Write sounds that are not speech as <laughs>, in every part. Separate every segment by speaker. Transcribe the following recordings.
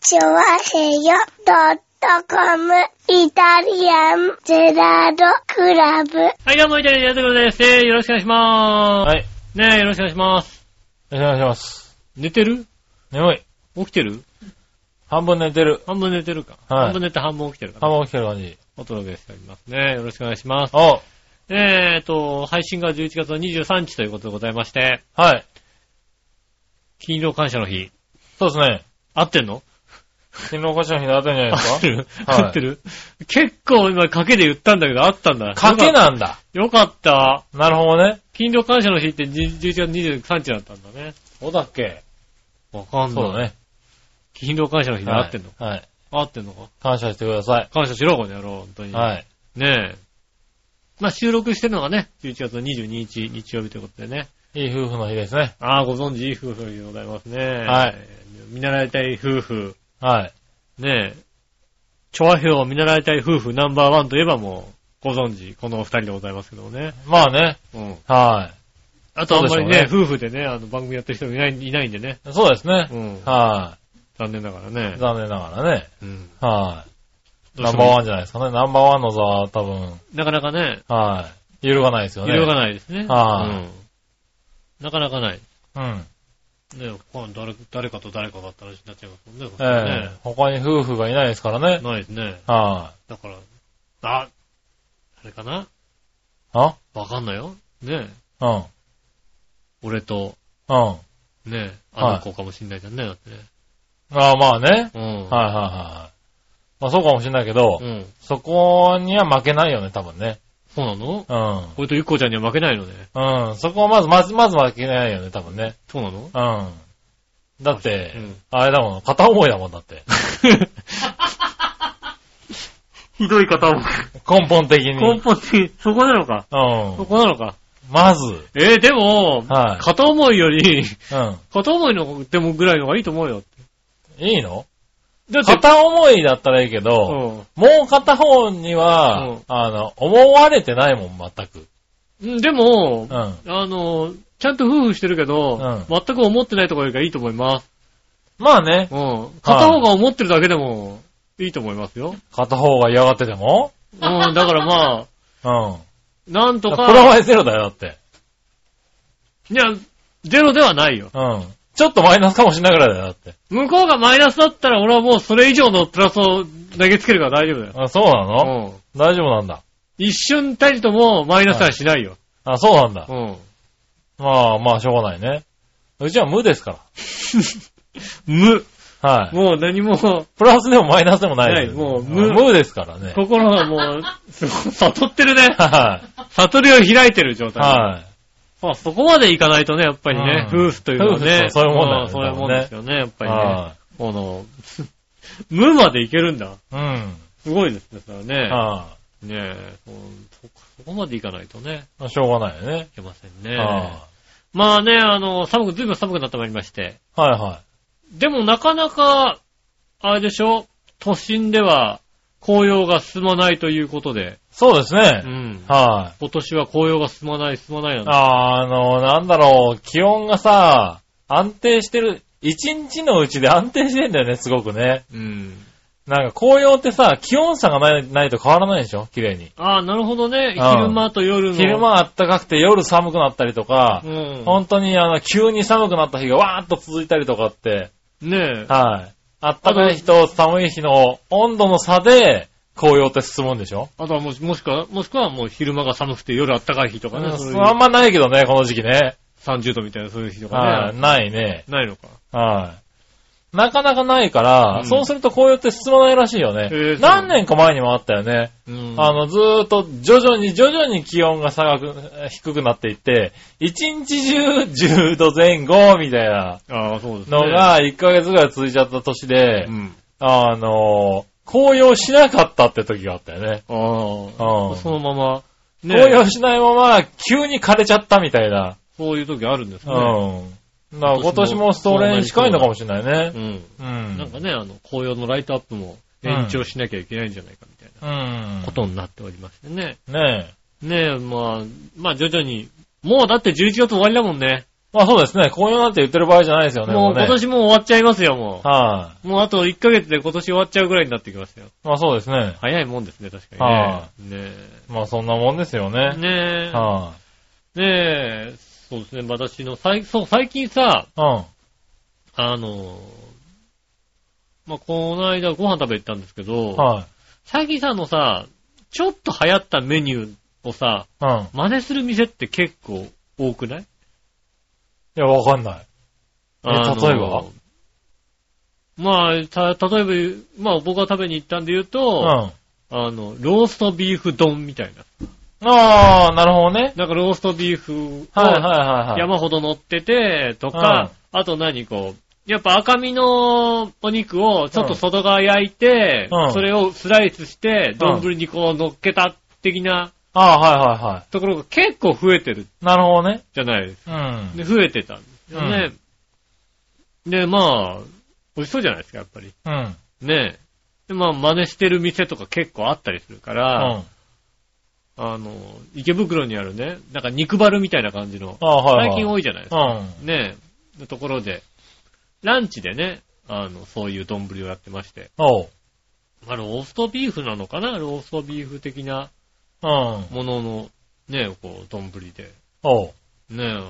Speaker 1: チョワヘヨドットコムイタリアンゼラードクラブ。
Speaker 2: はい、どうも、イタリアンということで、せー、よろしくお願いしまーす。
Speaker 3: はい。
Speaker 2: ねえ、よろしくお願いします。
Speaker 3: よろしくお願いします。
Speaker 2: 寝てる
Speaker 3: 眠い。
Speaker 2: 起きてる
Speaker 3: 半分寝てる。
Speaker 2: 半分寝てるか。
Speaker 3: はい
Speaker 2: 半分寝て半分起きてるか。
Speaker 3: 半分起きてる感じ。
Speaker 2: お届けしておりますね。よろしくお願いします。
Speaker 3: お
Speaker 2: えーと、配信が11月の23日ということでございまして、
Speaker 3: はい。
Speaker 2: 勤労感謝の日。
Speaker 3: そうですね。
Speaker 2: 合ってんの
Speaker 3: 勤労歌手の日であったんじゃないで
Speaker 2: 合
Speaker 3: す
Speaker 2: っ
Speaker 3: か
Speaker 2: てる
Speaker 3: はい
Speaker 2: 合ってる結構今、賭けで言ったんだけど、合ったんだ。
Speaker 3: 賭けなんだ。
Speaker 2: よかった。
Speaker 3: なるほどね。
Speaker 2: 勤労感謝の日って11月23日だったんだね。
Speaker 3: そうだっけ
Speaker 2: わかんない。
Speaker 3: そうだね。
Speaker 2: 勤労感謝の日で合ってんの
Speaker 3: はいはい。
Speaker 2: 合ってんのか
Speaker 3: 感謝してくださ
Speaker 2: 感謝しろ、この野郎、本当
Speaker 3: い。
Speaker 2: に。
Speaker 3: はい。
Speaker 2: ねえ。まあ、収録してるのがね、11月の22日、日曜日ということでね。
Speaker 3: いい夫婦の日ですね。
Speaker 2: ああ、ご存知、いい夫婦でございますね。
Speaker 3: はい
Speaker 2: 見習いたい夫婦。
Speaker 3: はい。
Speaker 2: ねえ。調和表を見習いたい夫婦ナンバーワンといえばもう、ご存知、このお二人でございますけどもね。
Speaker 3: まあね。
Speaker 2: うん。
Speaker 3: は
Speaker 2: あとあんまりね、
Speaker 3: そ
Speaker 2: 夫婦でね、あの、番組やってる人もいない、いないんでね。
Speaker 3: い。そうですね
Speaker 2: う。ん。
Speaker 3: は
Speaker 2: 残念ながら
Speaker 3: い。
Speaker 2: ね。
Speaker 3: 残念ながらね。
Speaker 2: うん。
Speaker 3: はい。
Speaker 2: どう
Speaker 3: ナ
Speaker 2: して
Speaker 3: ン
Speaker 2: も
Speaker 3: バーワンじゃないですかね。ナンバーワンの座は多分、
Speaker 2: なかなかね、
Speaker 3: はい。揺るがないですよね。
Speaker 2: 色が
Speaker 3: ない。
Speaker 2: ないですね。
Speaker 3: はい
Speaker 2: うん。なかなかない。
Speaker 3: うん。
Speaker 2: ね他に誰、誰かと誰かだったらしになっちゃいますもんね。ここ
Speaker 3: え
Speaker 2: ね
Speaker 3: え。他に夫婦がいないですからね。
Speaker 2: ないですね。
Speaker 3: は。
Speaker 2: だから、あ、あれかない
Speaker 3: あ
Speaker 2: わかんないよ。ねえ
Speaker 3: うん。
Speaker 2: 俺と、
Speaker 3: うん。
Speaker 2: ねえ
Speaker 3: は
Speaker 2: あ
Speaker 3: い
Speaker 2: の子かもしんないじゃんね、だってね。
Speaker 3: ああ、まあね。
Speaker 2: うん。
Speaker 3: はいはいはい。まあそうかもしれないけど、
Speaker 2: うん。
Speaker 3: そこには負けないよね、多分ね。
Speaker 2: そうなの
Speaker 3: うん。
Speaker 2: 俺とゆっこちゃんには負けないのね。
Speaker 3: うん。そこはまず、まず、まず負けないよね、多分ね。
Speaker 2: そうなの
Speaker 3: うん。だって、
Speaker 2: うん
Speaker 3: あれだもん、片思いだもんだって。 <laughs>
Speaker 2: ひどい方も。
Speaker 3: 根本的に。
Speaker 2: 根本的に、そこなのか。
Speaker 3: う
Speaker 2: そ
Speaker 3: ん。
Speaker 2: こなのか。
Speaker 3: まず、
Speaker 2: えー、でも、
Speaker 3: はい
Speaker 2: 片思いより、
Speaker 3: うん。
Speaker 2: 片思いの、でもぐらいの方がいいと思うよ。
Speaker 3: いいの
Speaker 2: だって、
Speaker 3: 片思いだったらいいけ
Speaker 2: う
Speaker 3: ど、
Speaker 2: ん。
Speaker 3: もう片方には、
Speaker 2: うん
Speaker 3: あの、思われてないもん、全く。
Speaker 2: うんでも、
Speaker 3: うん。
Speaker 2: あの、ちゃんと夫婦してるけど、
Speaker 3: う
Speaker 2: 全く思ってないところよりかいいと思います。
Speaker 3: まあね、
Speaker 2: うん。片方が思ってるだけでも、いいと思いますよ。
Speaker 3: 片方が嫌がってても、
Speaker 2: うん、だから
Speaker 3: <laughs>
Speaker 2: まあ、
Speaker 3: うん。
Speaker 2: なんと
Speaker 3: プロ
Speaker 2: か、
Speaker 3: マイゼロだよ、だって。
Speaker 2: いや、ゼロではないよ。
Speaker 3: うん。ちょっとマイナスかもしれないぐらいだよ、だって。
Speaker 2: 向こうがマイナスだったら俺はもうそれ以上のプラスを投げつけるから大丈夫だよ。
Speaker 3: あ、そうなの、
Speaker 2: うん。
Speaker 3: 大丈夫なんだ。
Speaker 2: 一瞬たりともマイナスはしないよ。
Speaker 3: あ、そうなんだ。
Speaker 2: うん。
Speaker 3: まあまあ、しょうがないね。うちは無ですか
Speaker 2: 無。
Speaker 3: ら。はい。
Speaker 2: もう何も、
Speaker 3: プラスでもマイナスでもないで
Speaker 2: ない
Speaker 3: す。
Speaker 2: もう無
Speaker 3: ん無ですからね。
Speaker 2: 心はもう、すごい悟ってるね。
Speaker 3: <laughs> は
Speaker 2: 悟りを開いてる状
Speaker 3: い。
Speaker 2: 態。
Speaker 3: はい。
Speaker 2: まあそこまでいかないとね、やっぱりね、
Speaker 3: うん
Speaker 2: 夫婦というのはね。
Speaker 3: 夫婦とそういうもんだよね
Speaker 2: んそういうもんですよね、やっぱりね。
Speaker 3: は
Speaker 2: この、 <laughs> 無までいけるんだ。
Speaker 3: い。うん。
Speaker 2: すごいですね、それはね。
Speaker 3: は
Speaker 2: ねえそうそこ、そこまでいかないとね、
Speaker 3: い。しょうがないよね
Speaker 2: い。けませんね。
Speaker 3: は
Speaker 2: まあね、あの、寒く、ずいぶん寒くなってまいりまして。
Speaker 3: い。はいは
Speaker 2: でもなかなか、あれでしょ、都心では紅葉が進まないということで、
Speaker 3: い。そうです
Speaker 2: う
Speaker 3: ね。
Speaker 2: ん。
Speaker 3: はい。
Speaker 2: 今年は紅葉が進まない、進まないなんて。
Speaker 3: あーあの、なんだろう、気温がさ、安定してる、一日のうちで安定してんだよね、すごくね。
Speaker 2: うん。
Speaker 3: なんか紅葉ってさ、気温差がないないと変わらないでしょ綺麗に。
Speaker 2: ああ、なるほどね。
Speaker 3: ああ
Speaker 2: 昼間と夜の。
Speaker 3: 昼間は暖かくて夜寒くなったりとか
Speaker 2: う、ん。
Speaker 3: 本当にあの、急に寒くなった日がわーっと続いたりとかって、
Speaker 2: ねえ。
Speaker 3: はい。暖かい日と寒い日の温度の差で、紅葉って進むんでしょ
Speaker 2: あとはもし、もしくは、もしくはもう昼間が寒くて夜暖かい日とかね、そういう
Speaker 3: あんまないけどね、この時期ね。
Speaker 2: 30度みたいなそういう日とか
Speaker 3: はい。
Speaker 2: ね。
Speaker 3: ないね。
Speaker 2: ないのか。
Speaker 3: はい。なかなかないから、
Speaker 2: うん
Speaker 3: そうすると紅葉って進まないらしいよね
Speaker 2: へーそう。
Speaker 3: 何年か前にもあったよね。
Speaker 2: うん
Speaker 3: あの、ずーっと徐々に徐々に気温が下がく、低くなっていって、一日中10度前後みたいな
Speaker 2: ああ、そうですね。
Speaker 3: のが1ヶ月ぐらい続いちゃった年で、
Speaker 2: うん。
Speaker 3: あの、紅葉しなかったって時があったよね。
Speaker 2: ああ、
Speaker 3: うん
Speaker 2: そのまま、ね、
Speaker 3: 紅葉しないまま急に枯れちゃったみたいな。
Speaker 2: そういう時あるんですね。
Speaker 3: うん。だから今年もそれに近いのかもしれないうね。
Speaker 2: ん。
Speaker 3: う
Speaker 2: なんか
Speaker 3: ん。
Speaker 2: ね、あの、紅葉のライトアップも延長しなきゃいけないんじゃないかみたいな
Speaker 3: うん。
Speaker 2: ことになっておりましてね。
Speaker 3: ねえ。
Speaker 2: ねえ、まあ、まあ徐々に、もうだって11月終わりだもんね。
Speaker 3: まあそうですね。紅葉なんて言ってる場合じゃないですよね。
Speaker 2: もう
Speaker 3: もね
Speaker 2: 今年もう終わっちゃいますよ、も
Speaker 3: は
Speaker 2: う。もうあと1ヶ月で今年終わっちゃうぐらいになってきましたよ。
Speaker 3: い。まあそうですね。
Speaker 2: 早いもんですね、確か
Speaker 3: は
Speaker 2: にね。ね
Speaker 3: まあそんなもんですよ
Speaker 2: え。
Speaker 3: ね。
Speaker 2: ねえ。
Speaker 3: は
Speaker 2: ねえ、そうですね、私の、最そう、最近さ、
Speaker 3: い。うん。
Speaker 2: あの、まあ、この間ご飯食べ行ったんですけど、
Speaker 3: はい。
Speaker 2: 最近さ、あのさ、ちょっと流行ったメニューをさ、
Speaker 3: うん。
Speaker 2: 真似する店って結構多くない
Speaker 3: いや、わかんない。え
Speaker 2: あの
Speaker 3: 例えば
Speaker 2: まあ、た、例えば、まあ僕が食べに行ったんで言う
Speaker 3: う
Speaker 2: と、
Speaker 3: ん。
Speaker 2: あの、ローストビーフ丼みたいな。
Speaker 3: ああ、なるほどね。
Speaker 2: なんかローストビーフを
Speaker 3: はいはいはいはい。
Speaker 2: 山ほど乗ってて、とか、あと何こう、やっぱ赤身のお肉をちょっと外側焼いて、
Speaker 3: うん
Speaker 2: それをスライスして、
Speaker 3: うん
Speaker 2: 丼にこう乗っけた的な
Speaker 3: ああ、はいはいは
Speaker 2: ところが結構増えてる
Speaker 3: い。なるほどね。
Speaker 2: じゃないですか。
Speaker 3: う
Speaker 2: で、
Speaker 3: ん。
Speaker 2: 増えてたんですよね。で、まあ、美味しそうじゃないですか、やっぱり。
Speaker 3: うん。
Speaker 2: ねで、まあ、真似してる店とか結構あったりするか
Speaker 3: う
Speaker 2: ら、
Speaker 3: ん。
Speaker 2: あの、池袋にあるね、なんか肉バルみたいな感じの、
Speaker 3: ああ、はいはい。
Speaker 2: 最近多
Speaker 3: い。
Speaker 2: いじゃないですか
Speaker 3: うん。
Speaker 2: ねえ、のところで、ランチでね、あの、そういう丼をやってまして。
Speaker 3: おう。
Speaker 2: まあ、ローストビーフなのかなローストビーフ的な
Speaker 3: うん。
Speaker 2: ものの、ねえ、こう、丼で。
Speaker 3: おう。
Speaker 2: ねえ、う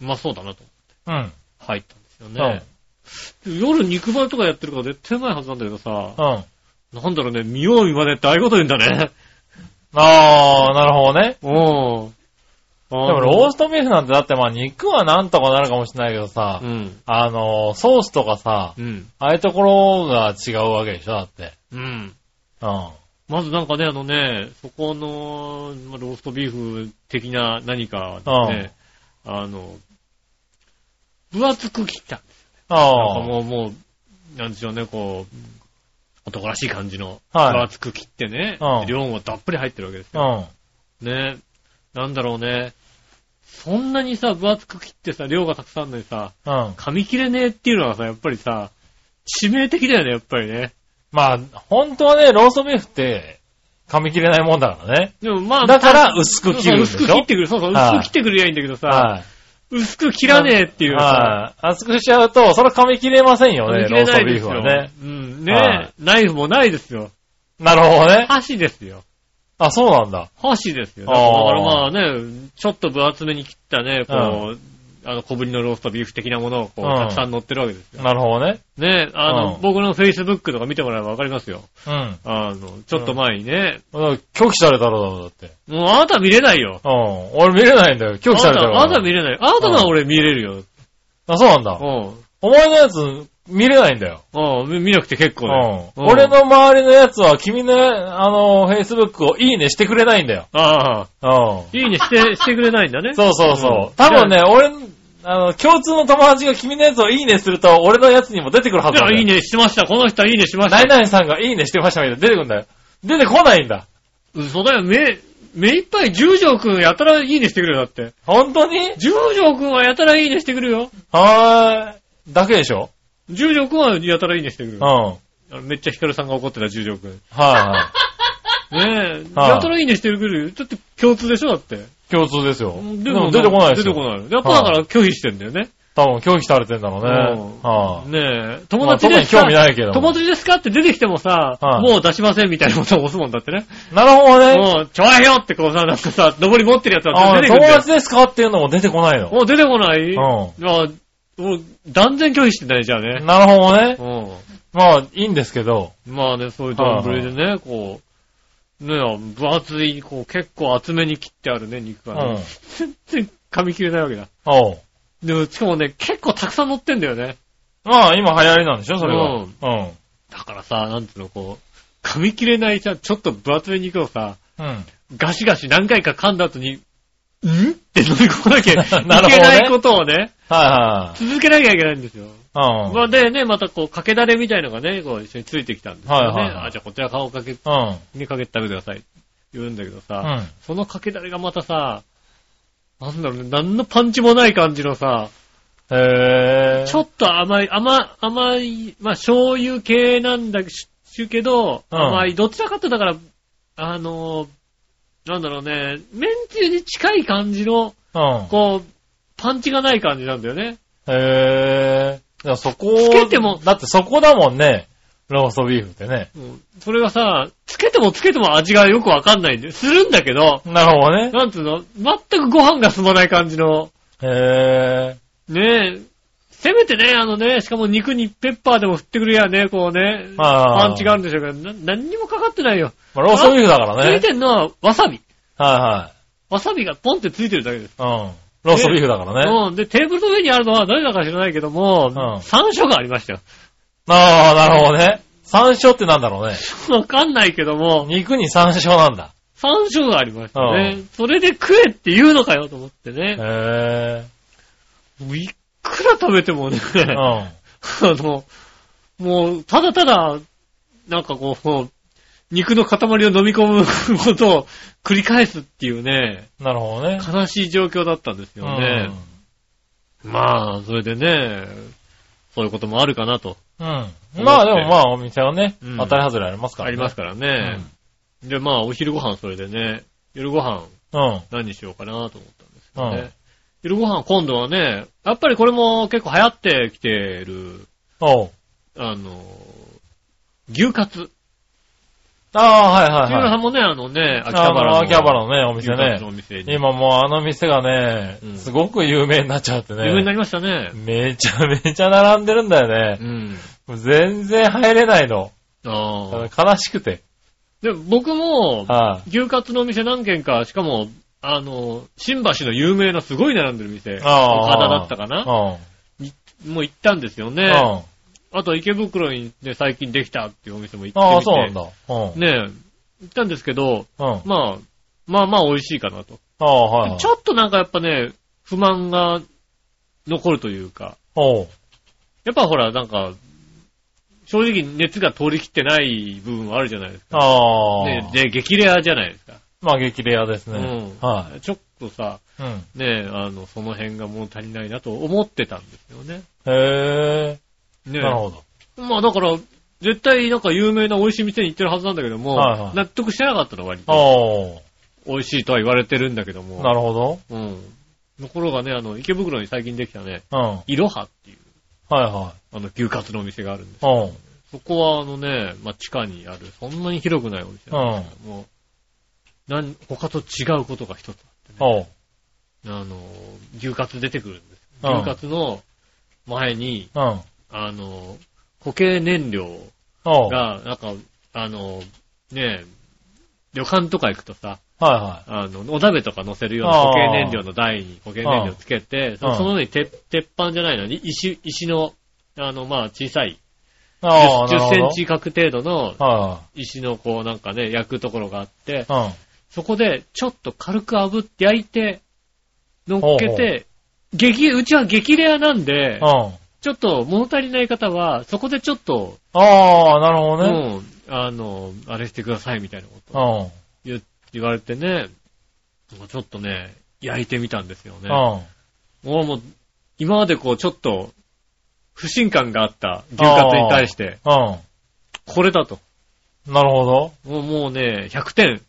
Speaker 2: まそうだなと。
Speaker 3: うん。
Speaker 2: 入ったんですよね。夜肉バルとかやってるから絶対うまいはずなんだけどさ、
Speaker 3: うん。
Speaker 2: なんだろうね、見よう見まねってああいうこと言うんだね。
Speaker 3: ああ、なるほ
Speaker 2: <laughs>
Speaker 3: どね。
Speaker 2: おうん。で
Speaker 3: でもローストビーフなんてだってまあ肉はなんとかなるかもしれないけどさ、
Speaker 2: うん。
Speaker 3: あのー、ソースとかさ、
Speaker 2: うん。
Speaker 3: ああいうところが違うわけでしょ、だって。
Speaker 2: うん。
Speaker 3: うん。
Speaker 2: まずなんかね、あのね、そこの、まあローストビーフ的な何かね、あの、分厚く切った。なんか
Speaker 3: ああ。
Speaker 2: もう、もう、なんでしょうね、こう、男らしい感じの、
Speaker 3: はい
Speaker 2: 分厚く切ってね、
Speaker 3: うん
Speaker 2: 量もたっぷり入ってるわけです
Speaker 3: う
Speaker 2: よ。
Speaker 3: ん。
Speaker 2: ね、なんだろうね、そんなにさ、分厚く切ってさ、量がたくさんあるのにさ、
Speaker 3: うん。
Speaker 2: 噛み切れねえっていうのはさ、やっぱりさ、致命的だよね、やっぱりね。
Speaker 3: まあ、本当はね、ローストビーフって噛み切れないもんだからね。
Speaker 2: でもまあ、
Speaker 3: だから薄く切るんでし
Speaker 2: そうそう薄く
Speaker 3: ょ
Speaker 2: 切ってくる。そうそう、
Speaker 3: は
Speaker 2: 薄
Speaker 3: い
Speaker 2: く切ってくれりゃいいんだけどさ、
Speaker 3: は
Speaker 2: 薄く切らねえって
Speaker 3: い。
Speaker 2: いうさ、
Speaker 3: はい。厚くしちゃうと、それ噛み切れませんよ
Speaker 2: 見
Speaker 3: ね、
Speaker 2: 切
Speaker 3: ロー
Speaker 2: れ
Speaker 3: ス
Speaker 2: な
Speaker 3: ト
Speaker 2: い
Speaker 3: ビ
Speaker 2: で
Speaker 3: ー
Speaker 2: す
Speaker 3: フ
Speaker 2: よ。
Speaker 3: はね。
Speaker 2: うん、ねえ、
Speaker 3: は
Speaker 2: ナイフもないですよ。
Speaker 3: なるほどね。
Speaker 2: 箸ですよ。
Speaker 3: あ、そうなんだ。
Speaker 2: 箸ですよ。だ
Speaker 3: あー
Speaker 2: からまあね、ちょっと分厚めに切ったね、こう、あの小ぶりのローストビーフ的なものをこう、
Speaker 3: うん
Speaker 2: たくさん乗ってるわけですよ。
Speaker 3: なるほどね。
Speaker 2: ねえ、あの、
Speaker 3: うん
Speaker 2: 僕の Facebook とか見てもらえばわかりますよ。
Speaker 3: うん。
Speaker 2: あの、ちょっと前にね、
Speaker 3: 拒否されたらだろ、だって。
Speaker 2: もうあなた見れないよ。
Speaker 3: うん。俺見れないんだよ。
Speaker 2: あ
Speaker 3: 拒否
Speaker 2: な
Speaker 3: され
Speaker 2: た、
Speaker 3: た
Speaker 2: あ
Speaker 3: から。
Speaker 2: なた見れない。あなたが俺見れるよ。
Speaker 3: あ、そうなんだ。
Speaker 2: うん。
Speaker 3: お前のやつ、見れないんだよ。
Speaker 2: うん、み見なくて結構だよ。
Speaker 3: うん。俺。の周りのやつは、君の、あの、Facebook をいいねしてくれないんだよ。
Speaker 2: ああ、
Speaker 3: う
Speaker 2: いいね
Speaker 3: <laughs>
Speaker 2: して、してくれないんだね。
Speaker 3: ん。そうそうそう。
Speaker 2: うん
Speaker 3: <laughs> 多分ね、俺、あの、共通の友達が君のやつをいいねすると、俺のやつにも出てくるはずなんだ
Speaker 2: い
Speaker 3: よ。
Speaker 2: や、いい。ねしてました。この人はいいねしました。
Speaker 3: 何々さんがいいねしてましたみたいな。出てくるんだよ。出てこないんだ。
Speaker 2: 嘘だよ。目、目いっぱい十条くんやたらいいねしてくるよ、だって。
Speaker 3: 本当に
Speaker 2: 十条くんはやたらいいねしてくるよ。
Speaker 3: はーい。だけでしょ
Speaker 2: 十条くんはやたらいいねしてくる
Speaker 3: うん。。はい
Speaker 2: あのめっちゃヒカルさんが怒ってた十条くん。ね
Speaker 3: はい。
Speaker 2: え、
Speaker 3: はい
Speaker 2: やたらいいねしてくるよ。だって共通でしょ、だって。
Speaker 3: 共通ですよ。
Speaker 2: で
Speaker 3: でも出てこないです
Speaker 2: 出てこな
Speaker 3: よ。
Speaker 2: い。やっぱだから拒否してんだよね。
Speaker 3: 多分拒否されてんだろうね。
Speaker 2: うん
Speaker 3: はい。
Speaker 2: ねえ、友達ですか
Speaker 3: まあ特に興味ないけども
Speaker 2: 友達ですかって出てきてもさ、
Speaker 3: はい
Speaker 2: もう出しませんみたいなことを押すもんだってね。
Speaker 3: なるほどね。
Speaker 2: もう、ちょわへよってこうさ、なんかさ、登り持ってるやつ
Speaker 3: あ
Speaker 2: が
Speaker 3: あ
Speaker 2: 出てくる
Speaker 3: 友
Speaker 2: んだよ。
Speaker 3: 達ですかっていうのも出てこないの。
Speaker 2: もう出てこない。
Speaker 3: うん
Speaker 2: あもう断然拒否してないじゃあね。
Speaker 3: なるほどね。
Speaker 2: う
Speaker 3: まあ、いいんですけど。
Speaker 2: ん。まあね、そういう丼でね、こう、ねえ、分厚い、こう結構厚めに切ってあるね、肉
Speaker 3: う
Speaker 2: がね。
Speaker 3: ん。
Speaker 2: 全然噛み切れないわけだ。
Speaker 3: おう
Speaker 2: でも、しかもね、結構たくさん乗ってんだよね。
Speaker 3: まあ、今流行りなんでしょ、それは。
Speaker 2: う
Speaker 3: うんん。
Speaker 2: だからさ、なんていうの、こう、噛み切れないさ、ちょっと分厚い肉をさ、
Speaker 3: うん。
Speaker 2: ガシガシ何回か噛んだ後に、んって乗り込まなきゃいけ
Speaker 3: なるほどね
Speaker 2: ないことをね、
Speaker 3: は
Speaker 2: 続けなきゃいけないんですよ。
Speaker 3: いはい。うん。
Speaker 2: まあでね、またこう、かけだれみたいのがね、こう一緒についてきたんですよね。
Speaker 3: はいはいはい
Speaker 2: あ、じゃあこちら顔かけ、
Speaker 3: うん。
Speaker 2: にかけて食べてください。言うんだけどさ、
Speaker 3: うん。
Speaker 2: そのかけだれがまたさ、なんだろうね、何のパンチもない感じのさ、
Speaker 3: へぇー。
Speaker 2: ちょっと甘い、甘、甘い、まあ醤油系なんだしけど、
Speaker 3: うん
Speaker 2: 甘い、どちらかとだから、あのーなんだろうね、麺つゆに近い感じの、
Speaker 3: うん。
Speaker 2: こう、パンチがない感じなんだよね。
Speaker 3: へぇー。でもそこ
Speaker 2: つけても
Speaker 3: だってそこだもんね。ローストビーフってね。
Speaker 2: うんそれがさ、つけてもつけても味がよくわかんないんで、するんだけど、
Speaker 3: なるほどね。
Speaker 2: なんつうの、全くご飯が進まない感じの、
Speaker 3: へ
Speaker 2: ねえ、せめてね、あのね、しかも肉にペッパーでも振ってくれやね、こうね、
Speaker 3: ぇー。あ
Speaker 2: パンチがあるんでしょうけど、な何にもかかってないよ。
Speaker 3: まあ、ローストビーフだから
Speaker 2: つい
Speaker 3: ね。
Speaker 2: てんのはわさび。
Speaker 3: は
Speaker 2: わさびがポンってついてるだけです。
Speaker 3: いはい。うん。ローストビーフだからね。
Speaker 2: うん。で、テーブルの上にあるのは何だか知らないけども、
Speaker 3: ん
Speaker 2: 山椒がありましたよ。 <laughs>
Speaker 3: ああ、なるほどね。山椒ってなんだろうね。
Speaker 2: わかんないけども、
Speaker 3: 肉に山椒なんだ。
Speaker 2: 山椒がありました
Speaker 3: う
Speaker 2: ね。それで食えって言うのかよと思ってね。
Speaker 3: へ
Speaker 2: もういくら食べてもね、
Speaker 3: ぇー。
Speaker 2: <laughs> あ
Speaker 3: うん。
Speaker 2: の、もう、ただただ、なんかこう、肉の塊を飲み込むことを繰り返すっていうね、
Speaker 3: なるほどね。
Speaker 2: 悲しい状況だったんですよね。まあ、それでね、そういうこともあるかなと。
Speaker 3: うん。うん。まあでもまあお店はね、
Speaker 2: うん
Speaker 3: 当たり外れありますから
Speaker 2: あ
Speaker 3: ね。
Speaker 2: りますからね。で、まあ、お昼ご飯それでね、夜ご飯
Speaker 3: うん。
Speaker 2: 何にしようかなと思ったんですけどね。夜ご飯今度はね、やっぱりこれも結構流行ってきてる、
Speaker 3: おう。
Speaker 2: あの、牛カツ。
Speaker 3: ああ、はい
Speaker 2: 杉
Speaker 3: はい
Speaker 2: 村
Speaker 3: は
Speaker 2: さ
Speaker 3: い。
Speaker 2: んもね、あのね、秋
Speaker 3: あ
Speaker 2: 葉原の。
Speaker 3: の秋葉原のね、お
Speaker 2: 牛
Speaker 3: 店
Speaker 2: カツ
Speaker 3: ね
Speaker 2: の。お店に。
Speaker 3: 今もうあの店がね
Speaker 2: う、ん
Speaker 3: すごく有名になっちゃって
Speaker 2: 有名にな
Speaker 3: ね。
Speaker 2: りましたね。
Speaker 3: めちゃ <laughs> めちゃ並んでるんだよ
Speaker 2: う
Speaker 3: ね。
Speaker 2: ん。
Speaker 3: もう全然入れないの。
Speaker 2: ああ。
Speaker 3: 悲しくて。
Speaker 2: で、僕も、
Speaker 3: はい。
Speaker 2: 牛カツのお店何軒か、しかも、あの、新橋の有名なすごい並んでる店、
Speaker 3: ああ
Speaker 2: 岡田だったかな
Speaker 3: うん。
Speaker 2: もう行ったんですよ
Speaker 3: う
Speaker 2: ね。
Speaker 3: ん。
Speaker 2: あと池袋にね、最近できたっていうお店も行ってみて。
Speaker 3: ああ、そうなんだ。うん。
Speaker 2: ねえ、行ったんですけど、
Speaker 3: うん。
Speaker 2: まあ、まあまあ美味しいかなと。
Speaker 3: ああ、はいはい。
Speaker 2: ちょっとなんかやっぱね、不満が残るというか、
Speaker 3: おう。
Speaker 2: やっぱほら、なんか、正直熱が通り切ってない部分はあるじゃないですか。
Speaker 3: ああ。
Speaker 2: ねえで、激レアじゃないですか。
Speaker 3: まあ、激レアですね。
Speaker 2: うん
Speaker 3: は
Speaker 2: ちょっとさ、
Speaker 3: い。うん。
Speaker 2: ねえ、あの、その辺が物足りないなと思ってたんですよね。
Speaker 3: へ
Speaker 2: ね
Speaker 3: え。
Speaker 2: え
Speaker 3: なるほど。
Speaker 2: まあだから、絶対なんか有名な美味しい店に行ってるはずなんだけども、
Speaker 3: はいはい
Speaker 2: 納得してなかったの割と。
Speaker 3: おう。
Speaker 2: 美味しいとは言われてるんだけども。
Speaker 3: なるほど。
Speaker 2: うん。ところがね、あの、池袋に最近できたね、
Speaker 3: うん。はい
Speaker 2: ろはっていう、
Speaker 3: は
Speaker 2: あの、牛カツのお店があるんです。
Speaker 3: い。うん。
Speaker 2: そこはあのね、まあ地下にある、そんなに広くないお店なんですけども、なん他と違うことが一つ。
Speaker 3: おう。
Speaker 2: あの、牛カツ出てくるんです。
Speaker 3: うん
Speaker 2: 牛カツの前に、
Speaker 3: うん。
Speaker 2: あの、固形燃料
Speaker 3: おう。はい
Speaker 2: が、なんか、あの、ねえ、旅館とか行くとさ、
Speaker 3: は
Speaker 2: あの、お鍋とか乗せるような
Speaker 3: あー
Speaker 2: 固形燃料の台に固形燃料つけて、
Speaker 3: うん
Speaker 2: そその上に鉄鉄板じゃないのに、石、石の、あの、まあ、小さい、
Speaker 3: い。ああ、
Speaker 2: 10, 10
Speaker 3: なるほ
Speaker 2: セ
Speaker 3: ど
Speaker 2: ン。チ角程度の
Speaker 3: は
Speaker 2: 石のこうなんかね、焼くところがあって
Speaker 3: い、はい。うん。
Speaker 2: そこでちょっと軽く炙って焼いて、乗っけ
Speaker 3: ほうほ
Speaker 2: て、激、うちは激レアなんで、
Speaker 3: うん。
Speaker 2: ちょっと物足りない方は、そこでちょっと、
Speaker 3: ああ、なるほどね。
Speaker 2: うん、あの、あれしてくださいみたいなこと
Speaker 3: うん。
Speaker 2: 言う言われてね、ちょっとね、焼いてみたんですよね。
Speaker 3: うん。
Speaker 2: もうもう、今までこうちょっと、不信感があった牛カツに対して、
Speaker 3: う
Speaker 2: これだと。
Speaker 3: ん。なるほど。
Speaker 2: もうもうね、100点、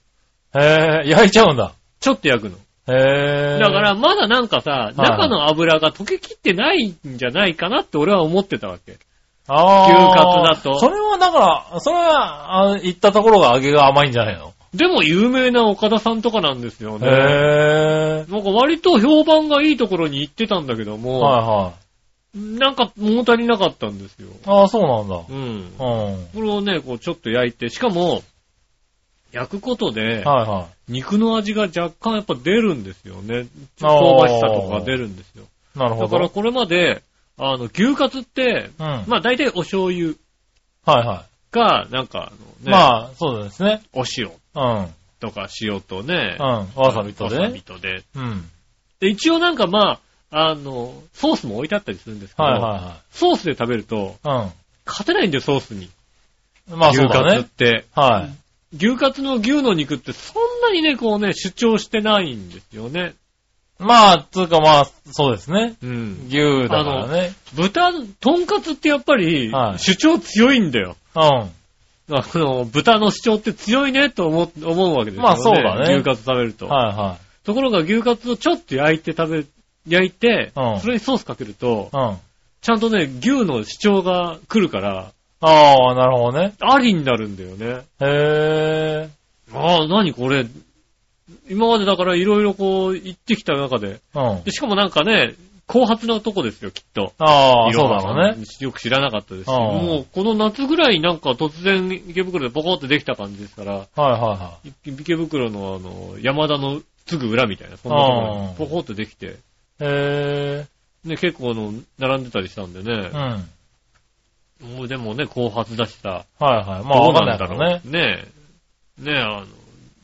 Speaker 3: へえ、焼いちゃうんだ。
Speaker 2: ちょっと焼くの。
Speaker 3: へえ。
Speaker 2: だか、らまだなんかさ、
Speaker 3: い
Speaker 2: 中の油が溶けきってないんじゃないかなって俺は思ってたわけ。
Speaker 3: ああ。
Speaker 2: 牛カツだと
Speaker 3: それはだから、それは、あの、行ったところが揚げが甘いんじゃないの
Speaker 2: でも有名な岡田さんとかなんですよね。
Speaker 3: へえ。
Speaker 2: なんか割と評判がいいところに行ってたんだけども、
Speaker 3: はいはい。
Speaker 2: なんか物足りなかったんですよ。
Speaker 3: ああ、そうなんだ。
Speaker 2: うん。
Speaker 3: うん。
Speaker 2: これをね、こうちょっと焼いて、しかも、焼くことで、
Speaker 3: はいはい。
Speaker 2: 肉の味が若干やっぱ出るんですよね。香
Speaker 3: あー
Speaker 2: ばしさとかが出るんですよ。
Speaker 3: なるほ
Speaker 2: だから
Speaker 3: ど。
Speaker 2: これまで、あの、牛カツって、
Speaker 3: うん。
Speaker 2: まあ大体お醤油
Speaker 3: はいは
Speaker 2: か、なんかあの、
Speaker 3: い。
Speaker 2: ね、
Speaker 3: まあ、そうですね。
Speaker 2: お塩
Speaker 3: うん。う
Speaker 2: とか塩とね、
Speaker 3: ん。わさびと
Speaker 2: わさ
Speaker 3: ね
Speaker 2: び。とで。
Speaker 3: うん。
Speaker 2: で、一応なんかまあ、あの、ソースも置いてあったりするんですけど、
Speaker 3: はいは
Speaker 2: ソースで食べると、
Speaker 3: いはい。
Speaker 2: 勝てないんだよ、ソースに。
Speaker 3: うん。まあ、そ
Speaker 2: 牛
Speaker 3: うだ
Speaker 2: カツっ
Speaker 3: ね。
Speaker 2: て。
Speaker 3: は
Speaker 2: 牛カツの牛の肉ってそんなにね、こうね、主張してないんですよね。
Speaker 3: い。まあ、つうかまあ、そうですね。
Speaker 2: うん。
Speaker 3: 牛だからね。
Speaker 2: 豚、とんかつってやっぱり
Speaker 3: は、い
Speaker 2: 主張強いんだよ。
Speaker 3: う
Speaker 2: あの、豚の主張って強いねと思う、思うわけですよね。
Speaker 3: まあそうだね
Speaker 2: 牛カツ食べると。
Speaker 3: ん。はいは
Speaker 2: ところが牛カツをちょっと焼いて食べ焼いて、
Speaker 3: うん
Speaker 2: それにソースかけると、
Speaker 3: うん。
Speaker 2: ちゃんとね、牛の主張が来るから、
Speaker 3: ああ、なるほどね。
Speaker 2: ありになるんだよね。
Speaker 3: へえ。
Speaker 2: ああ、なにこれ。今までだからいろいろこう行ってきた中で。
Speaker 3: うん
Speaker 2: で。しかもなんかね、後発のとこですよ、きっと。
Speaker 3: ああ、
Speaker 2: い
Speaker 3: そ
Speaker 2: ろ
Speaker 3: うだ
Speaker 2: は
Speaker 3: ろうね。。
Speaker 2: よく知らなかったですし、
Speaker 3: うん
Speaker 2: もうこの夏ぐらいなんか突然池袋でポコってできた感じですから、
Speaker 3: はいはい
Speaker 2: 池袋のあの、山田のすぐ裏みたいな、そんなところ
Speaker 3: うん
Speaker 2: にポコってできて、
Speaker 3: いはい。へえ。
Speaker 2: ね、結構あの、並んでたりしたんでね
Speaker 3: うん。、はい
Speaker 2: もうでもね、後発だしさ、
Speaker 3: はい。まあ、
Speaker 2: ど
Speaker 3: わ
Speaker 2: う
Speaker 3: かん
Speaker 2: な
Speaker 3: なんい
Speaker 2: だ
Speaker 3: か
Speaker 2: ろ
Speaker 3: ら
Speaker 2: う
Speaker 3: ね。
Speaker 2: ねえ、ねえ、あの、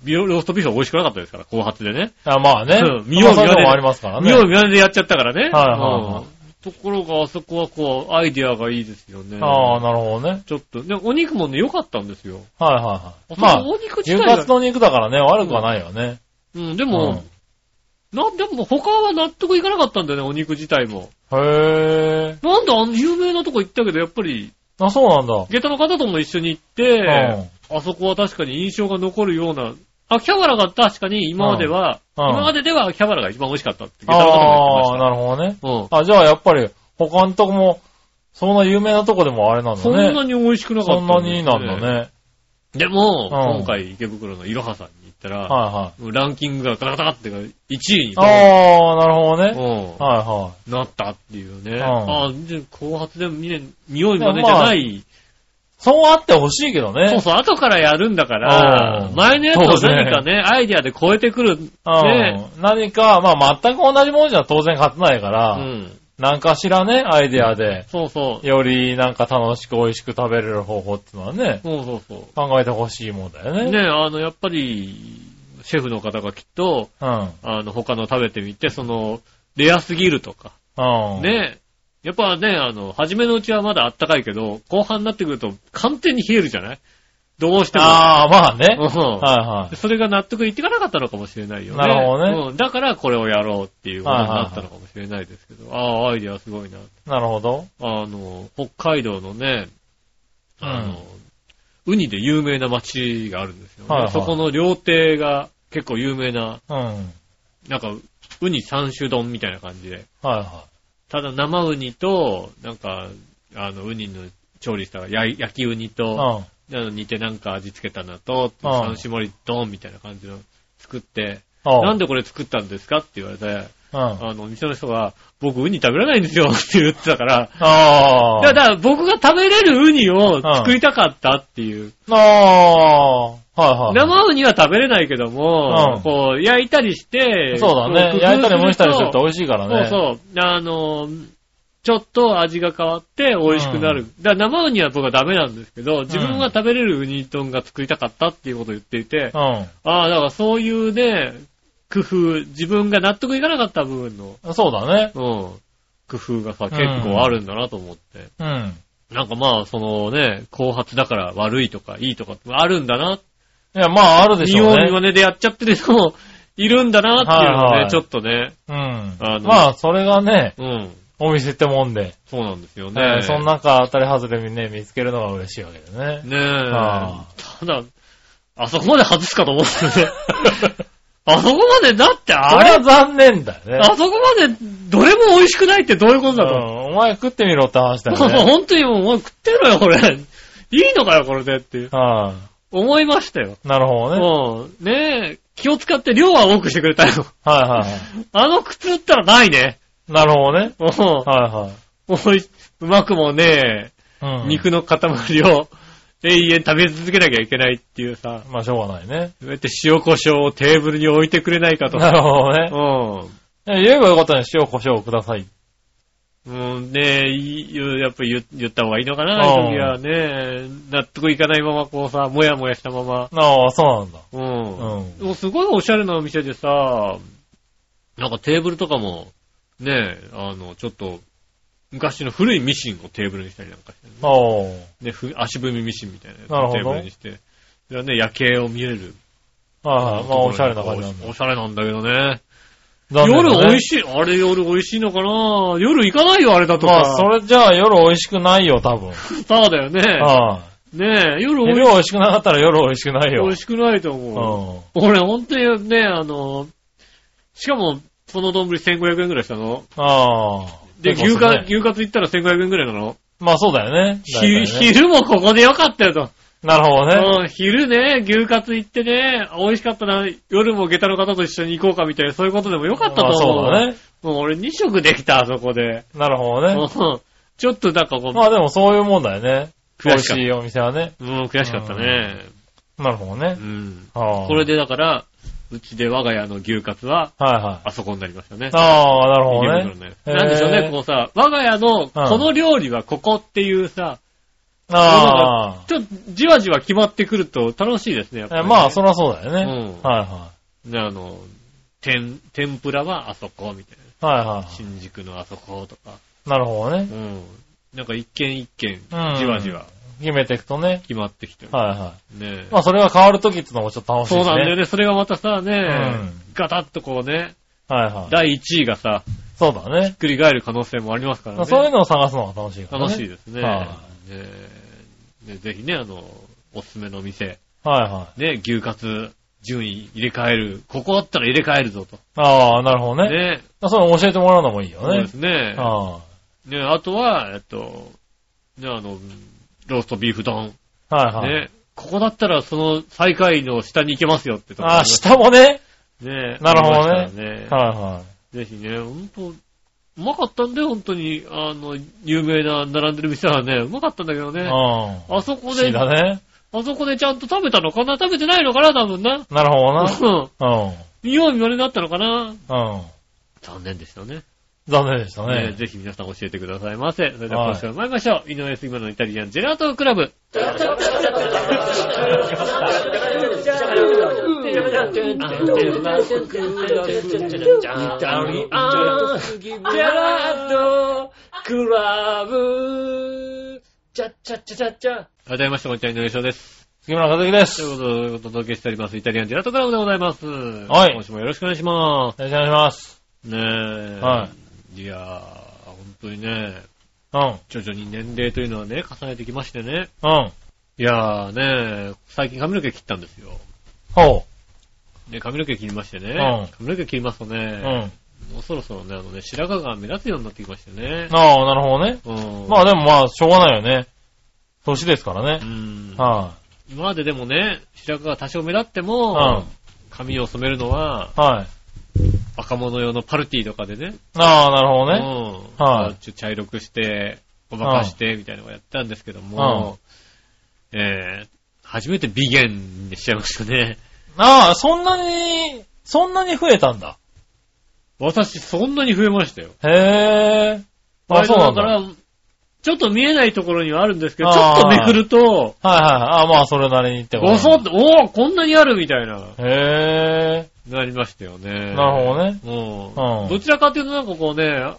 Speaker 2: ビオローストビーフは美味しくなかったですから、後発でね。
Speaker 3: あまあね
Speaker 2: う。ん見
Speaker 3: 見
Speaker 2: よ
Speaker 3: よ
Speaker 2: う見ま
Speaker 3: う
Speaker 2: ねで
Speaker 3: もありますからね。
Speaker 2: 見よう見まねでやっちゃったからね。
Speaker 3: はいはいはい
Speaker 2: うんところが、あそこはこう、アイディアがいいですよね。
Speaker 3: ああ、なるほどね。
Speaker 2: ちょっと、で、お肉もね、良かったんですよ。
Speaker 3: はいは
Speaker 2: あそ
Speaker 3: い
Speaker 2: こ
Speaker 3: はい。まあ、
Speaker 2: お肉自
Speaker 3: 牛
Speaker 2: 体が
Speaker 3: カツの肉だからね、悪くはないよね。
Speaker 2: うん、でも、な、でも他は納得いかなかったんだよね、お肉自体も。
Speaker 3: うん。へえ。
Speaker 2: なんであの有名なとこ行ったけど、やっぱり、
Speaker 3: あ、そうなんだ。
Speaker 2: 下駄の方とも一緒に行って、あそこは確かに印象が残るような、秋葉原が確かに今までは、
Speaker 3: うんうん
Speaker 2: 今まででは秋葉原が一番美味しかったって下駄の方も
Speaker 3: ああ、
Speaker 2: 言ってま
Speaker 3: なるほどね。
Speaker 2: した。うん。
Speaker 3: あ、じゃあやっぱり、他のとこも、そんな有名なとこでもあれなんだね。
Speaker 2: そんなに美味しくなかった
Speaker 3: そんなになん
Speaker 2: です
Speaker 3: だね。
Speaker 2: でも、
Speaker 3: うん
Speaker 2: 今回池袋のいろはさんに行ったら、
Speaker 3: は
Speaker 2: ランキングがガタガタって1位に
Speaker 3: いはい。ああ、なるほどね。
Speaker 2: う
Speaker 3: はいは
Speaker 2: んなったっていうね。
Speaker 3: ん
Speaker 2: ああ、じゃあ後発でも見ね、匂いまでじゃない。
Speaker 3: い。そうあってほしいけどね。
Speaker 2: そうそう、後からやるんだから
Speaker 3: う、ん
Speaker 2: 前のやつを
Speaker 3: そうね
Speaker 2: 何かね、アイディアで超えてくる。
Speaker 3: うん
Speaker 2: ね
Speaker 3: 何か、まあ全く同じものじゃ当然勝てないか
Speaker 2: う
Speaker 3: ら、
Speaker 2: ん。
Speaker 3: 何かしらね、アイデアで、
Speaker 2: そうそう。
Speaker 3: よりなんか楽しく美味しく食べれる方法っていうのはね、
Speaker 2: そうそうそ
Speaker 3: 考えてほしいもんだよ
Speaker 2: う。
Speaker 3: ね。
Speaker 2: ねあの、やっぱり、シェフの方がきっと、
Speaker 3: うん。
Speaker 2: あの、他の食べてみて、その、レアすぎるとか、
Speaker 3: うん。
Speaker 2: ねえ。やっぱね、あの、初めのうちはまだあったかいけど、後半になってくると完全に冷えるじゃないどうしても。
Speaker 3: ああ、まあね。
Speaker 2: うん
Speaker 3: はいはい。
Speaker 2: それが納得いっていかなかったのかもしれないよね。
Speaker 3: なるほどね
Speaker 2: うん。だからこれをやろうっていうことになったのかもしれないですけど。ああ、アイデアすごいな。
Speaker 3: なるほど。
Speaker 2: あの、北海道のね、あ
Speaker 3: うん
Speaker 2: の、ウニで有名な町があるんですよね。
Speaker 3: はいはい
Speaker 2: そこの料亭が結構有名な、
Speaker 3: うん。はい
Speaker 2: なんか、ウニ三種丼みたいな感じで。
Speaker 3: は
Speaker 2: ただ生ウニと、なんか、あの、ウニの調理したや焼きウニ
Speaker 3: い。う
Speaker 2: と、
Speaker 3: ん。
Speaker 2: あの煮てなんか味付けたのと、
Speaker 3: うん
Speaker 2: 三種盛りドンみたいな感じの作って、
Speaker 3: あ
Speaker 2: なんでこれ作ったんですかって言われて、
Speaker 3: うん。あ
Speaker 2: あの、お店の人が、僕ウニ食べられないんですよって言ってたから、
Speaker 3: あ
Speaker 2: い
Speaker 3: ー。
Speaker 2: やだから僕が食べれるウニを作りたかったっていう。
Speaker 3: ああ、はいはい。
Speaker 2: 生ウニは食べれないけども、
Speaker 3: うん
Speaker 2: こう、焼いたりして、
Speaker 3: そうだ
Speaker 2: こ
Speaker 3: ね。
Speaker 2: 工夫
Speaker 3: 焼いたり蒸したりする
Speaker 2: と
Speaker 3: と美味しいから
Speaker 2: そう
Speaker 3: ね。
Speaker 2: そう。あの、ちょっと味が変わって美味しくなる。だから生ウニは僕はダメなんですけど、自分が食べれるウニ丼が作りたかったっていうことを言っていて、ああ、だからそういうね、工夫、自分が納得いかなかった部分の、
Speaker 3: うん。そうだね。
Speaker 2: うん、工夫がさ、結構あるんだなと思って。
Speaker 3: うん。
Speaker 2: なんかまあ、そのね、後発だから悪いとかいいとかあるんだな。
Speaker 3: いや、まあ、あるでし
Speaker 2: 見
Speaker 3: ょ
Speaker 2: よ
Speaker 3: う
Speaker 2: う見ま
Speaker 3: ね。
Speaker 2: ねでやっちゃってる人も <laughs> いるんだなっていうのをね、
Speaker 3: はいはい
Speaker 2: ちょっとね、
Speaker 3: うん
Speaker 2: あの。
Speaker 3: まあ、それがね、
Speaker 2: うん、
Speaker 3: お店ってもんで、
Speaker 2: そうなんですよね。
Speaker 3: ねそんな中当たり外れにね、見つけるのが嬉しいわけだね。
Speaker 2: ねえ。
Speaker 3: は
Speaker 2: ただ、あそこまで外すかと思ったよね。 <laughs> あそこまで、だってあ
Speaker 3: あ
Speaker 2: れ、
Speaker 3: れは残念だよね。
Speaker 2: あそこまでどれも美味しくないってどういうこと
Speaker 3: う
Speaker 2: だ
Speaker 3: ん
Speaker 2: と。
Speaker 3: お前食ってみろって話だ
Speaker 2: そうそう、
Speaker 3: よ
Speaker 2: <laughs>
Speaker 3: ね。
Speaker 2: 本当にもう、もう食ってろよ、これ。いいのかよ、これでっていう。
Speaker 3: は
Speaker 2: 思いましたよ。
Speaker 3: い。なるほどね。
Speaker 2: うん。ねえ、気を使って量は多くしてくれたよ。
Speaker 3: はいは
Speaker 2: あの靴売ったらないね。
Speaker 3: い。なるほどね。
Speaker 2: うん。
Speaker 3: はいは
Speaker 2: おいうまくもね
Speaker 3: い。うん。
Speaker 2: 肉の塊を永遠食べ続けなきゃいけないっていうさ。
Speaker 3: まあ、しょうがないね。
Speaker 2: そうやって塩胡椒をテーブルに置いてくれないかと。
Speaker 3: なるほどね。
Speaker 2: う
Speaker 3: え言えばよかったね。塩、胡椒をください。
Speaker 2: ん。うん、ねいいやっぱ言言った方がいいのかな、
Speaker 3: うん
Speaker 2: ああいう時はね。納得いかないままこうさ、もやもやしたまま。
Speaker 3: ああ、そうなんだ。
Speaker 2: うん。
Speaker 3: うん
Speaker 2: でもすごいおしゃれなお店でさ、なんかテーブルとかも、ねあの、ちょっと、昔の古いミシンをテーブルにしたりなんかしてね、
Speaker 3: おー。
Speaker 2: ねふ足踏みミシンみたいなやつ
Speaker 3: なる
Speaker 2: を
Speaker 3: ほ
Speaker 2: テー
Speaker 3: ど
Speaker 2: ブルにして、それはね、夜景を見れる。
Speaker 3: はいはい。まあ、おしゃれな感じなんだ。
Speaker 2: おしゃれなんだけどね。
Speaker 3: 残念だね
Speaker 2: 夜美味しい。あれ夜美味しいのかな夜行かないよ、あれだとか。
Speaker 3: まあ、それじゃあ夜美味しくないよ、多
Speaker 2: <laughs>
Speaker 3: 分。
Speaker 2: そうだよね。
Speaker 3: ああ。
Speaker 2: ねえ、夜美味し
Speaker 3: 夜美味しくなかったら夜美味しくない
Speaker 2: 美
Speaker 3: よ
Speaker 2: 味。しくないと
Speaker 3: う
Speaker 2: 思う。
Speaker 3: ん。
Speaker 2: 俺、本当にね、あの、しかも、その丼1500円ぐらいしたの
Speaker 3: ああ。
Speaker 2: で、
Speaker 3: 結
Speaker 2: 牛
Speaker 3: 構する
Speaker 2: カ
Speaker 3: ね
Speaker 2: 牛カツ行ったら1500円ぐらいなの
Speaker 3: まあそうだよね。
Speaker 2: ひ
Speaker 3: 大体ね
Speaker 2: 昼もここでよかったよと。
Speaker 3: なるほど
Speaker 2: う
Speaker 3: ね。
Speaker 2: ん昼ね、牛カツ行ってね、美味しかったな、夜も下駄の方と一緒に行こうかみたいな、そういうことでもよかったと
Speaker 3: まあ
Speaker 2: 思う。
Speaker 3: そうだね。
Speaker 2: もう俺2食できた、あそこで。
Speaker 3: なるほど
Speaker 2: う
Speaker 3: ね。
Speaker 2: んちょっとなんかこう、
Speaker 3: まあでもそういうもんだよね。美
Speaker 2: 悔
Speaker 3: 味
Speaker 2: しかった
Speaker 3: しいお店はね。
Speaker 2: うん、悔しかったね。
Speaker 3: なるほど
Speaker 2: う
Speaker 3: ね。
Speaker 2: ん。
Speaker 3: ああ。
Speaker 2: これ。でだから、うちで我が家の牛カツは、
Speaker 3: はいはい。
Speaker 2: あそこになりましたね。
Speaker 3: ああ、なるほど
Speaker 2: 池
Speaker 3: ね。
Speaker 2: 袋ね
Speaker 3: へー
Speaker 2: なんでしょうね、こうさ、我が家の、この料理はここっていうさ、
Speaker 3: あ
Speaker 2: ちょっとじわじわ決まってくると楽しいですね、やっぱ
Speaker 3: あ。
Speaker 2: り
Speaker 3: え
Speaker 2: ね。
Speaker 3: まあ、そりゃそうだよね。
Speaker 2: うん
Speaker 3: はいは
Speaker 2: ねあの、天、天ぷらはあそこみたいな。
Speaker 3: い。はいは
Speaker 2: 新宿のあそことか。
Speaker 3: い。なるほどね
Speaker 2: う。ん。なんか一軒一軒
Speaker 3: うん、
Speaker 2: じわじわ
Speaker 3: 決めていくとね。
Speaker 2: 決まってきてる。
Speaker 3: はいは
Speaker 2: ね
Speaker 3: い。まあ、それが変わるときってのもちょっと楽しい
Speaker 2: そう
Speaker 3: ですね。
Speaker 2: なんだよね。それがまたさ、
Speaker 3: う
Speaker 2: ね
Speaker 3: ん、
Speaker 2: ガタッとこうね、
Speaker 3: はいはい。
Speaker 2: 第1位がさ、
Speaker 3: そうだね。
Speaker 2: ひっくり返る可能性もありますから
Speaker 3: まあ
Speaker 2: ね。
Speaker 3: そういうのを探すのが楽しいからね。
Speaker 2: 楽しいですね。
Speaker 3: はい
Speaker 2: ねねぜひね、あの、おすすめのお店、
Speaker 3: はいはい。
Speaker 2: ね、牛カツ、順位入れ替える。ここだったら入れ替えるぞと。
Speaker 3: ああ、なるほどね。
Speaker 2: ね。
Speaker 3: それ教えてもらうのもいいよ
Speaker 2: そう
Speaker 3: ね
Speaker 2: で。すね。
Speaker 3: あ
Speaker 2: ね、あとは、えっと、ね、あの、ローストビーフ丼。
Speaker 3: あはいはい。
Speaker 2: ね。ここだったら、その、最下位の下に行けますよってとこ
Speaker 3: ああ、下もね。
Speaker 2: ね。
Speaker 3: なるほどね
Speaker 2: ありましたね。
Speaker 3: はいは
Speaker 2: ぜひね、ほんと、うまかったんだよ、ほんとに。あの、有名な並んでる店はね、うまかったんだけど
Speaker 3: い。う
Speaker 2: ね。
Speaker 3: ん。
Speaker 2: あそこ
Speaker 3: 不思
Speaker 2: で
Speaker 3: 議、だね。
Speaker 2: あそこでちゃんと食べたのかな食べてないのかな多分な。
Speaker 3: なるほど
Speaker 2: う
Speaker 3: な。
Speaker 2: ん。
Speaker 3: うん。
Speaker 2: 見よう見まねだったのかな
Speaker 3: うん。
Speaker 2: 残念でしたね。
Speaker 3: 残念でした
Speaker 2: ね
Speaker 3: ね。
Speaker 2: ぜひ皆さん教えてくださいませ。それでは今週も参りましょう。井上杉村のイタリアンジェラートクラブ。クラブ。チャッチャッチャチャッチャ。改めまして、こんにちは、井上翔です。
Speaker 3: 杉村和樹です。
Speaker 2: と
Speaker 3: よ
Speaker 2: いうことで、お届けしております、イタリアンジェラートクラブでございます。
Speaker 3: はい
Speaker 2: 今週もよろしくお願いします。
Speaker 3: ろしくお願いします。
Speaker 2: ねえ。。
Speaker 3: はい
Speaker 2: いやー、本当にね、
Speaker 3: うん。
Speaker 2: 徐々に年齢というのはね、重ねてきましてね。
Speaker 3: うん。
Speaker 2: いやーね、最近髪の毛切ったんですよ。
Speaker 3: ほ
Speaker 2: で、髪の毛切りましてね。
Speaker 3: うん
Speaker 2: 髪の毛切りますと
Speaker 3: う。う
Speaker 2: ね、
Speaker 3: ん。
Speaker 2: もうそろそろね、あのね、白髪が目立つようになってきましてね。
Speaker 3: ああ、なるほどね。
Speaker 2: うん。
Speaker 3: まあでもまあ、しょうがないよね。年ですから
Speaker 2: う
Speaker 3: ね。
Speaker 2: ん。
Speaker 3: は
Speaker 2: 今まででもね、白髪が多少目立って
Speaker 3: い。う
Speaker 2: も
Speaker 3: ん、。
Speaker 2: 髪を染めるのは、
Speaker 3: はい。
Speaker 2: 若者用のパルティとかでね。
Speaker 3: ああ、なるほど
Speaker 2: うん。
Speaker 3: ね。はい
Speaker 2: ちょっと茶色くして、ごまかして、みたいなのをやったんですけども、えー、初めて美ンにしちゃいましたね。
Speaker 3: ああ、そんなに、そんなに増えたんだ。
Speaker 2: 私、そんなに増えましたよ。
Speaker 3: へえ。あそうなんだ。
Speaker 2: だか
Speaker 3: はい
Speaker 2: ら、ちょっと見えないところにはあるんですけど、ちょ
Speaker 3: あー
Speaker 2: っとめくると、
Speaker 3: はい。ああ、まあ、それなりにってこと
Speaker 2: ごそっと、おーこんなにあるみたいな、
Speaker 3: へえ。
Speaker 2: なりましたよね。
Speaker 3: なるほどね。
Speaker 2: うん。
Speaker 3: うん
Speaker 2: どちらかというとなんかこうね、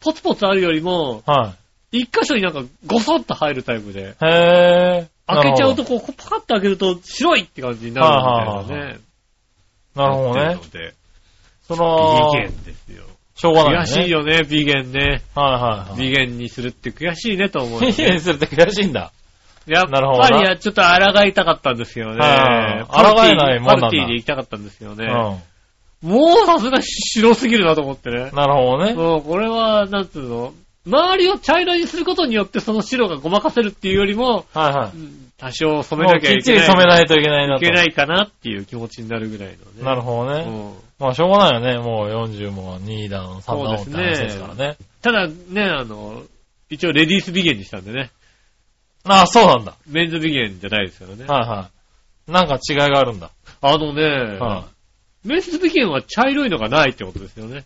Speaker 2: ポツポツあるよりも、
Speaker 3: は
Speaker 2: 一箇所になんかごそっと入るタイプで、
Speaker 3: い。へえ。
Speaker 2: 開けちゃう
Speaker 3: な
Speaker 2: と
Speaker 3: るほ
Speaker 2: こう、パカッと開けると白いって感じになるみたいなね。
Speaker 3: ど。なるほどね。
Speaker 2: っていう
Speaker 3: そ
Speaker 2: の
Speaker 3: の、
Speaker 2: で。ビゲンですよ。
Speaker 3: しょうがない、ね。
Speaker 2: 悔しい。よね、ビゲンね。
Speaker 3: はいはいはい。
Speaker 2: ビゲンにするって悔しいねと思うよ
Speaker 3: ビ
Speaker 2: ね。
Speaker 3: ゲンするって悔しいんだ。
Speaker 2: やっ
Speaker 3: <laughs> なるほどな
Speaker 2: ぱりちょっと抗いたかったんですよね。
Speaker 3: はい
Speaker 2: パルティ
Speaker 3: 抗えないもんなんだ
Speaker 2: パルティで行きたかったんですよ
Speaker 3: う
Speaker 2: ね
Speaker 3: ん。。な
Speaker 2: もうさすがに白すぎるなと思ってね。
Speaker 3: るほどね。
Speaker 2: もうこれは、なんつうの周りを茶色にすることによってその白がごまかせるっていうよりも、
Speaker 3: はいはい。
Speaker 2: 多少染め
Speaker 3: も
Speaker 2: な
Speaker 3: う
Speaker 2: きゃ
Speaker 3: きっ
Speaker 2: いけ
Speaker 3: ちり
Speaker 2: ない。
Speaker 3: 染めないといけないなと。
Speaker 2: いけないかなっていう気持ちになるぐらいのね。
Speaker 3: なるほどね。
Speaker 2: うん
Speaker 3: まあ、しょうがないよね。もう40も2だの、3だのっ
Speaker 2: そ
Speaker 3: て
Speaker 2: うですね
Speaker 3: 話ですからね。
Speaker 2: ただね、あの、一応レディースビゲンにしたんでね。
Speaker 3: ああ、そうなんだ。
Speaker 2: メンズビゲンじゃないですからね。
Speaker 3: はいはい。なんか違いがあるんだ。
Speaker 2: あのね、
Speaker 3: は
Speaker 2: メンズビゲンは茶色いのがないってことですよね。
Speaker 3: い。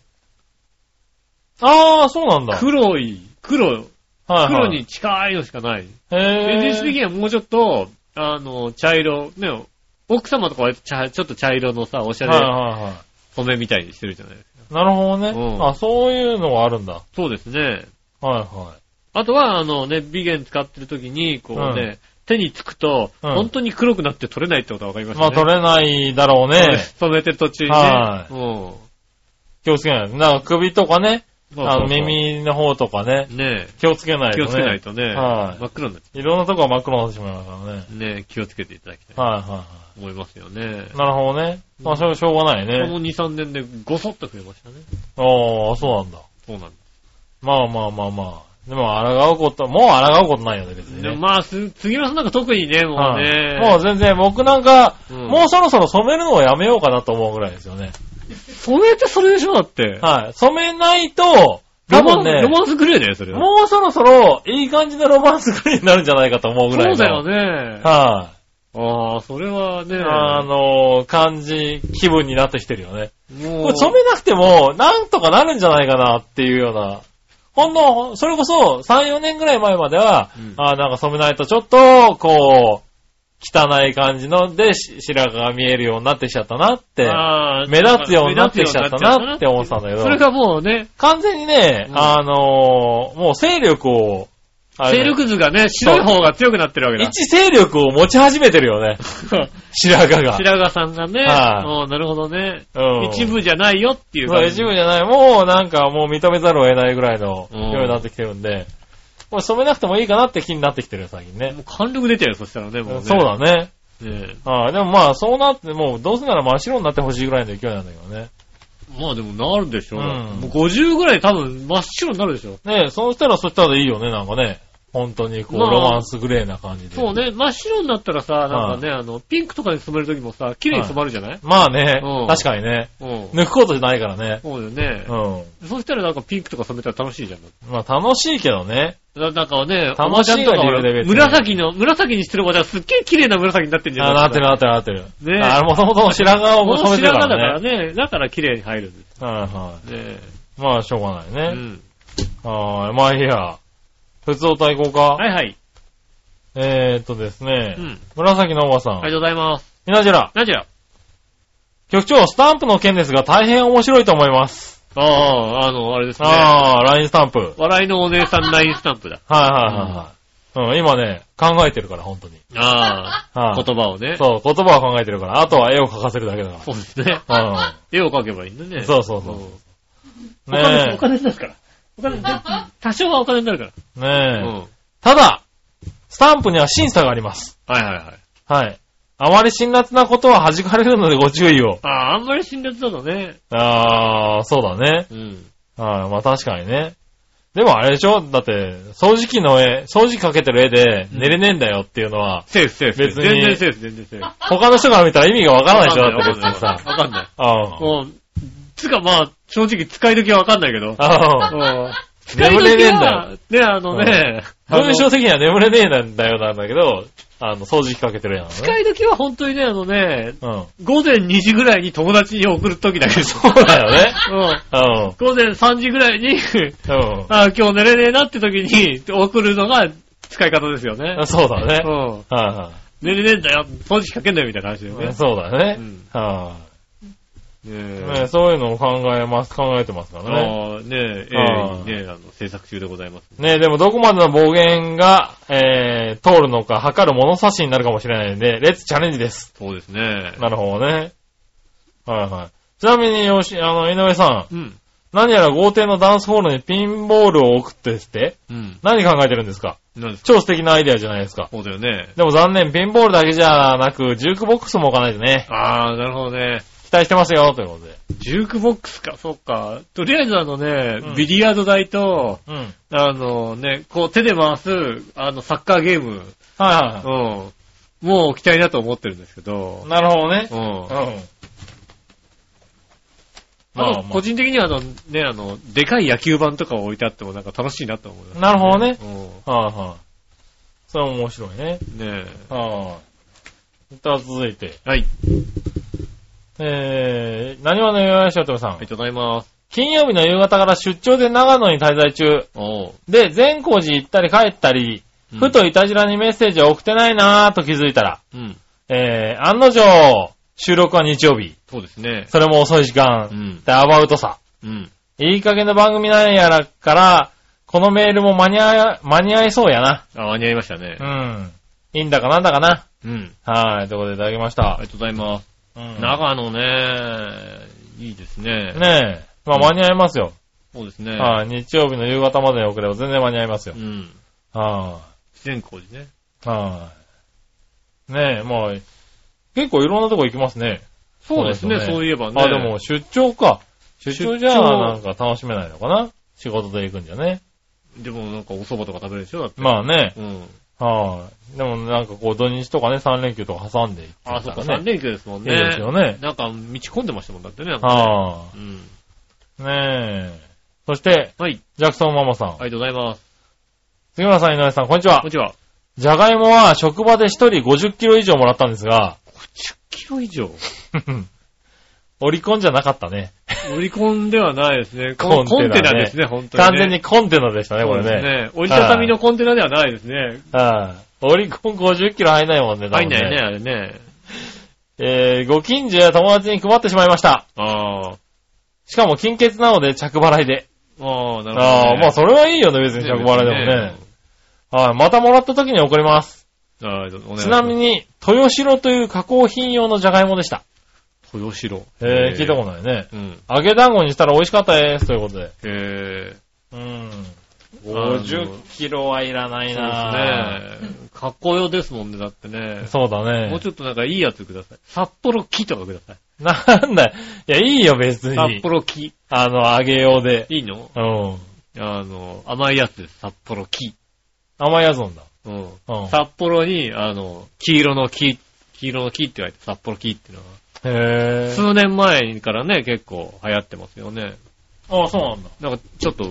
Speaker 3: ああ、そうなんだ。
Speaker 2: 黒い、黒、
Speaker 3: はいは
Speaker 2: 黒
Speaker 3: い。
Speaker 2: に近いのしかない。
Speaker 3: へえ。
Speaker 2: レディースビゲンはもうちょっと、あの、茶色、ね、奥様とかは茶ちょっと茶色のさ、おしゃ
Speaker 3: はい
Speaker 2: れ
Speaker 3: はいは
Speaker 2: 染めみたいにしてるじゃないですか。
Speaker 3: い。なるほどね。
Speaker 2: うん
Speaker 3: あ、そういうのがあるんだ。はい
Speaker 2: そうですね。
Speaker 3: は
Speaker 2: あとは、あのね、ビゲン使ってる時に、こうね、
Speaker 3: うん
Speaker 2: 手につくと、
Speaker 3: うん
Speaker 2: 本当に黒くなって取れないってことが分かりま
Speaker 3: い。
Speaker 2: し
Speaker 3: ま
Speaker 2: た
Speaker 3: あ、
Speaker 2: ね。
Speaker 3: 取れないだ
Speaker 2: <laughs>
Speaker 3: ろうね。
Speaker 2: 染めてる途中にね。
Speaker 3: はい
Speaker 2: うん。
Speaker 3: 気をつけないと。なんか首とかね、
Speaker 2: そうそう
Speaker 3: あ
Speaker 2: そう
Speaker 3: の、耳の方とかね、
Speaker 2: ね
Speaker 3: 気をつけない
Speaker 2: え、
Speaker 3: と
Speaker 2: 気
Speaker 3: ね。
Speaker 2: をつけないとね、
Speaker 3: はい
Speaker 2: 真っ暗になっち
Speaker 3: いろんなとこが真っ黒になってしまいますからね。
Speaker 2: ゃうねえ、気をつけていただきたいと
Speaker 3: はいはいは
Speaker 2: 思いますよね。
Speaker 3: い。なるほどね。まあ、それはしょうがない
Speaker 2: こ
Speaker 3: ね。
Speaker 2: の2、3年でごそっと増えましたね。
Speaker 3: ああ、そうなんだ。
Speaker 2: そうなんで
Speaker 3: まあまあまあまあ。でも、抗うこと、もう抗うことないよね、別
Speaker 2: す。
Speaker 3: に
Speaker 2: でも
Speaker 3: ね。
Speaker 2: まあ、す杉村さんなんか特にね、もう
Speaker 3: はい
Speaker 2: ね、
Speaker 3: もう全然、僕なんか、
Speaker 2: うん
Speaker 3: もうそろそろ染めるのをやめようかなと思うぐらいですよね。
Speaker 2: それってそれでしょだって。
Speaker 3: はい。染めないと、多
Speaker 2: ロマ
Speaker 3: 分
Speaker 2: ン
Speaker 3: ね、
Speaker 2: ロマンスグレーだよ、それは。
Speaker 3: もうそろそろ、いい感じのロマンスグレーになるんじゃないかと思うぐらい
Speaker 2: そ
Speaker 3: の。
Speaker 2: うだよね。
Speaker 3: は
Speaker 2: ああ、それはね
Speaker 3: い、、あの感じ、気分になってきてるよね。こ
Speaker 2: も
Speaker 3: れ染めなくても、なんとかなるんじゃないかなっていうような。ほんの、それこそ、3、4年ぐらい前までは、
Speaker 2: うん
Speaker 3: あーなんか染めないとちょっと、こう、汚い感じので、し白髪が見えるようになってきちゃったなって、
Speaker 2: ああ
Speaker 3: 目立つようになってきちゃったなって思ってたんだけど
Speaker 2: それ、がもうね、
Speaker 3: 完全にね、
Speaker 2: うん
Speaker 3: あのーもう勢力を、あれ
Speaker 2: 勢力図がね、白い方が強くなってるわけだ。
Speaker 3: 一勢力を持ち始めてるよね。白髪が。
Speaker 2: 白川さんがね、
Speaker 3: はい
Speaker 2: もうなるほどね、
Speaker 3: うん
Speaker 2: 一部じゃないよっていう
Speaker 3: そう、
Speaker 2: 感
Speaker 3: 一
Speaker 2: じ。
Speaker 3: 部じゃない。もうなんかもう認めざるを得ないぐらいの、よう
Speaker 2: うん
Speaker 3: になってきてるんで、もう染めなくてもいいかなって気になってきてるよ、最近ね
Speaker 2: も。う貫禄出てるよ、そしたらね、もうね。
Speaker 3: そうだね。
Speaker 2: ね
Speaker 3: はい。でもまあ、そうなって、もうどうせなら真っ白になってほしいぐらいの勢いなんだけどね。
Speaker 2: まあでもなるでしょ。
Speaker 3: うん
Speaker 2: もう50ぐらいで多分真っ白になるでしょ。
Speaker 3: ねえ、そうしたらそしたらいいよね、なんかね。本当に、こう、
Speaker 2: まあ
Speaker 3: ロマンスグレーな感じで。
Speaker 2: そう。ね、真っ白になったらさ、なんかね、あの、ピンクとかに染めるときもさ、綺麗に染まるじゃない、
Speaker 3: まあね
Speaker 2: うん、
Speaker 3: 確かにね。
Speaker 2: うん。
Speaker 3: 抜くことじゃないからね。
Speaker 2: そうだよね
Speaker 3: う、
Speaker 2: そしたらなんかピンクとか染めたら楽しいじゃん。
Speaker 3: ん。まあ楽しいけどね。
Speaker 2: ななんかね、おば
Speaker 3: 楽し
Speaker 2: ちゃん
Speaker 3: い
Speaker 2: と
Speaker 3: が
Speaker 2: かほ
Speaker 3: 理由で
Speaker 2: ら
Speaker 3: 別に
Speaker 2: 紫の、紫にしてるおばちゃんすっげえ綺麗な紫になってんじゃ
Speaker 3: あ
Speaker 2: ん。
Speaker 3: なってるなってるなってる。
Speaker 2: ねえ
Speaker 3: あもともと白髪を
Speaker 2: もう
Speaker 3: 染めて
Speaker 2: 白
Speaker 3: るか
Speaker 2: 髪だからら
Speaker 3: ね。
Speaker 2: ね、だから綺麗に入るんです
Speaker 3: はいは
Speaker 2: ね。
Speaker 3: い。まあ、しょうがないうね。
Speaker 2: ん。
Speaker 3: はーい。まあいいや。普通お対抗か。
Speaker 2: はいはい。
Speaker 3: えーっとですね。
Speaker 2: うん
Speaker 3: 紫のおばさ
Speaker 2: あ
Speaker 3: ん。
Speaker 2: りがとうございます。
Speaker 3: みなじら、
Speaker 2: なじゃ
Speaker 3: 局長、スタンプの件ですが大変面白いと思います。
Speaker 2: ああ、あの、あれですね。
Speaker 3: あー、ラインスタンプ。はい
Speaker 2: 笑いのお姉さんラインスタン
Speaker 3: <laughs>
Speaker 2: プだ。
Speaker 3: はいはいはい。うん、今ね、考えてるから、本当に。
Speaker 2: あ
Speaker 3: は
Speaker 2: あ、
Speaker 3: い
Speaker 2: 言葉をね。
Speaker 3: そう、言葉を考えてるから、あとは絵を描かせるだけだ
Speaker 2: そうです
Speaker 3: <laughs>
Speaker 2: ね。 <laughs>
Speaker 3: から。
Speaker 2: 絵を描けばいいんだね。
Speaker 3: そうそうそううん。
Speaker 2: お金、お
Speaker 3: ね
Speaker 2: 金になるから。お金、多少はお金になるか
Speaker 3: え。
Speaker 2: ら。う
Speaker 3: ねえ。
Speaker 2: ん。
Speaker 3: ただ、スタンプには審査があります。
Speaker 2: はいはいはい。
Speaker 3: はい。あまり辛辣なことは弾かれるのでご注意を。
Speaker 2: ああ、あんまり辛辣だとね。
Speaker 3: あー、そうだね。
Speaker 2: うん。
Speaker 3: はい、まあ確かにね。でもあれでしょだって、掃除機の絵、掃除機かけてる絵で
Speaker 2: うん
Speaker 3: 寝れねえんだよっていうのは、
Speaker 2: セーフセーフ。
Speaker 3: 別に
Speaker 2: 全然セーフ、全然セーフ。
Speaker 3: 他の人から見たら意味がわからないでしょだって別
Speaker 2: わ
Speaker 3: に
Speaker 2: かんない
Speaker 3: さ。
Speaker 2: わかんない。
Speaker 3: うん。
Speaker 2: もう、つかまあ、正直使い時はわかんないけど。
Speaker 3: あ
Speaker 2: うん使い
Speaker 3: 眠れ
Speaker 2: 時
Speaker 3: ねえんだ
Speaker 2: は、ね、あのね、
Speaker 3: あ。文
Speaker 2: あ
Speaker 3: 章
Speaker 2: の
Speaker 3: 的には眠れねえんだよなんだけど、あの、掃除機かけてる絵なの
Speaker 2: 使
Speaker 3: ね。
Speaker 2: い時は本当にね、あのね、
Speaker 3: うん。
Speaker 2: 午前2時ぐらいに友達に送る時だけど。
Speaker 3: そうだよね。
Speaker 2: うん。
Speaker 3: うん。
Speaker 2: 午前3時ぐらいに、
Speaker 3: うん
Speaker 2: あ今日寝れねえなって時に送るのが使い方ですよね
Speaker 3: あ。。そうだね
Speaker 2: う。ん。
Speaker 3: はいは
Speaker 2: 寝れねえんだよ、掃除機かけんだよみたいな話だよ
Speaker 3: い。
Speaker 2: ね。
Speaker 3: そうだね
Speaker 2: うん。
Speaker 3: はい。ね、
Speaker 2: ね
Speaker 3: そういうのを考えます、考えてますからね。
Speaker 2: ああねえ、
Speaker 3: あー
Speaker 2: ええねえ、あの、制作中でございます。
Speaker 3: ねでもどこまでの暴言が、えー、通るのか測る物差しになるかもしれないんで、レッツチャレンジです。
Speaker 2: そうですね。
Speaker 3: なるほどね。はいはい。ちなみに、よし、あの、井上さん、
Speaker 2: うん。
Speaker 3: 何やら豪邸のダンスホールにピンボールを置くってって、
Speaker 2: うん。
Speaker 3: 何考えてるんですか
Speaker 2: なんですか
Speaker 3: 超素敵なアイデアじゃないですか。
Speaker 2: そうだよね。
Speaker 3: でも残念、ピンボールだけじゃなく、ジュークボックスも置かないとね、
Speaker 2: ああ、なるほどね。
Speaker 3: 期待してますよ、ということで。
Speaker 2: ジュークボックスか、そっか。とりあえずあのね、
Speaker 3: うん
Speaker 2: ビリヤード台と、
Speaker 3: うん。はい
Speaker 2: あのね、こう手で回す、あの、サッカーゲーム、
Speaker 3: は
Speaker 2: うん。もう置きたいなと思ってるんですけ
Speaker 3: いは
Speaker 2: ど
Speaker 3: い。、なるほどね
Speaker 2: う。ん。
Speaker 3: うん。
Speaker 2: あと、個人的にはあの、ね、あの、でかい野球盤とかを置いてあってもなんか楽しいなと思います。
Speaker 3: なるほどね。
Speaker 2: う
Speaker 3: はいはい。それも面白いね。
Speaker 2: ん。ね
Speaker 3: はい。では続いて、
Speaker 2: え。はい。
Speaker 3: えー、何話の岩井翔太郎さ
Speaker 2: あり
Speaker 3: ん
Speaker 2: が。とうございます。
Speaker 3: 金曜日の夕方から出張で長野に滞在中。
Speaker 2: おう。
Speaker 3: で、善光寺行ったり帰ったり、
Speaker 2: うん
Speaker 3: ふといたじらにメッセージを送ってないなぁと気づいたら、
Speaker 2: うん。
Speaker 3: えー、案の定、収録は日曜日。
Speaker 2: そうですね。
Speaker 3: それも遅い時
Speaker 2: う
Speaker 3: 間。
Speaker 2: ん。
Speaker 3: で、アバウトさ。
Speaker 2: うん。
Speaker 3: いい加減な番組なんやらから、このメールも間に合い、間に合いそうやな。
Speaker 2: あ、間に合いましたね
Speaker 3: う。ん。いいんだかなんだかな。
Speaker 2: うん。
Speaker 3: はい、ということでいただきました
Speaker 2: あり。がとうございます。
Speaker 3: うん
Speaker 2: 長野ね、いいですね。
Speaker 3: ねえ。まあ
Speaker 2: うん
Speaker 3: 間に合いますよ。
Speaker 2: そうですね。
Speaker 3: はい、日曜日の夕方までに送れば全然間に合いますよ
Speaker 2: う。ん。
Speaker 3: は
Speaker 2: 善光寺ね。
Speaker 3: い、はい、ねえ、まあ、結構いろんなとこ行きますね。
Speaker 2: そうですね、
Speaker 3: そうですね
Speaker 2: そういえばね。
Speaker 3: あ、でも、出張か。出張じゃ
Speaker 2: 出張
Speaker 3: なんか楽しめないのかな仕事で行くんじゃね。
Speaker 2: でもなんかお蕎麦とか食べるでしょだって。
Speaker 3: まあね。
Speaker 2: うん。
Speaker 3: はい、でもなんかこう土日とかね、3連休とか挟んで行ってたら
Speaker 2: あ、そっか、3連休ですもんね。
Speaker 3: いいですよね
Speaker 2: なんか、道込んでましたもんだってね。なんかね
Speaker 3: は
Speaker 2: うん。
Speaker 3: い、ねえ。そして、
Speaker 2: はい。
Speaker 3: ジャクソンママさん。
Speaker 2: ありがとうございます。
Speaker 3: 杉村さん、井上さん、こんにち
Speaker 2: こ
Speaker 3: は
Speaker 2: んに。ちは。
Speaker 3: じゃがいもは職場で1人50キロ以上もらったんですが、
Speaker 2: 10キロ以上。
Speaker 3: <laughs> オリコンじゃなかったね。
Speaker 2: 売り込んではないですね。
Speaker 3: <laughs> コ
Speaker 2: コ
Speaker 3: ン
Speaker 2: ンテ
Speaker 3: テナね
Speaker 2: ナですね、本当に、
Speaker 3: 完全にコンテナでしたね、こ
Speaker 2: そう
Speaker 3: れ
Speaker 2: です
Speaker 3: ね。
Speaker 2: ね。折りたたみのコンテナではないですね。
Speaker 3: はいオリコン50キロ入んないもんね、多
Speaker 2: 入
Speaker 3: 分
Speaker 2: んないね、あれね。
Speaker 3: えー、ご近所や友達に配ってしまいました。
Speaker 2: ああ。
Speaker 3: しかも金欠なので着払いで。
Speaker 2: ああ、なるほど、ね。
Speaker 3: ああ、まあそれはいいよね、別に
Speaker 2: ね
Speaker 3: 着払いでもね。はい、またもらった時に送ります。
Speaker 2: 別にねはいどうお願いします。
Speaker 3: ちなみに、豊城という加工品用のじゃがいもでした。
Speaker 2: 豊城。
Speaker 3: えー、聞いたこととないね。
Speaker 2: うん。
Speaker 3: 揚げ団子にしたら美味しかったです、ということで。
Speaker 2: え
Speaker 3: うん。
Speaker 2: 50
Speaker 3: キロはいらな
Speaker 2: え
Speaker 3: い
Speaker 2: そうですね。かっこよですもんね、だってね。
Speaker 3: そうだ
Speaker 2: もう
Speaker 3: ね。
Speaker 2: ちょっとなんかいいやつください。札幌木とかください。
Speaker 3: なんだよ。いや、いいよ、別
Speaker 2: 札
Speaker 3: に。
Speaker 2: 幌木。
Speaker 3: あの、揚げ用で。
Speaker 2: いいの
Speaker 3: うん。
Speaker 2: あの、甘いやつです。札幌木。
Speaker 3: 甘いやつなんだ。
Speaker 2: うん。
Speaker 3: うん。
Speaker 2: 札幌に、あの、黄色の木、黄色の木って言われて、札幌木っていうのは。
Speaker 3: へぇ
Speaker 2: 数年前からね、結構流行ってますよね。
Speaker 3: ああ、そうなんだ。
Speaker 2: なんかちょっと、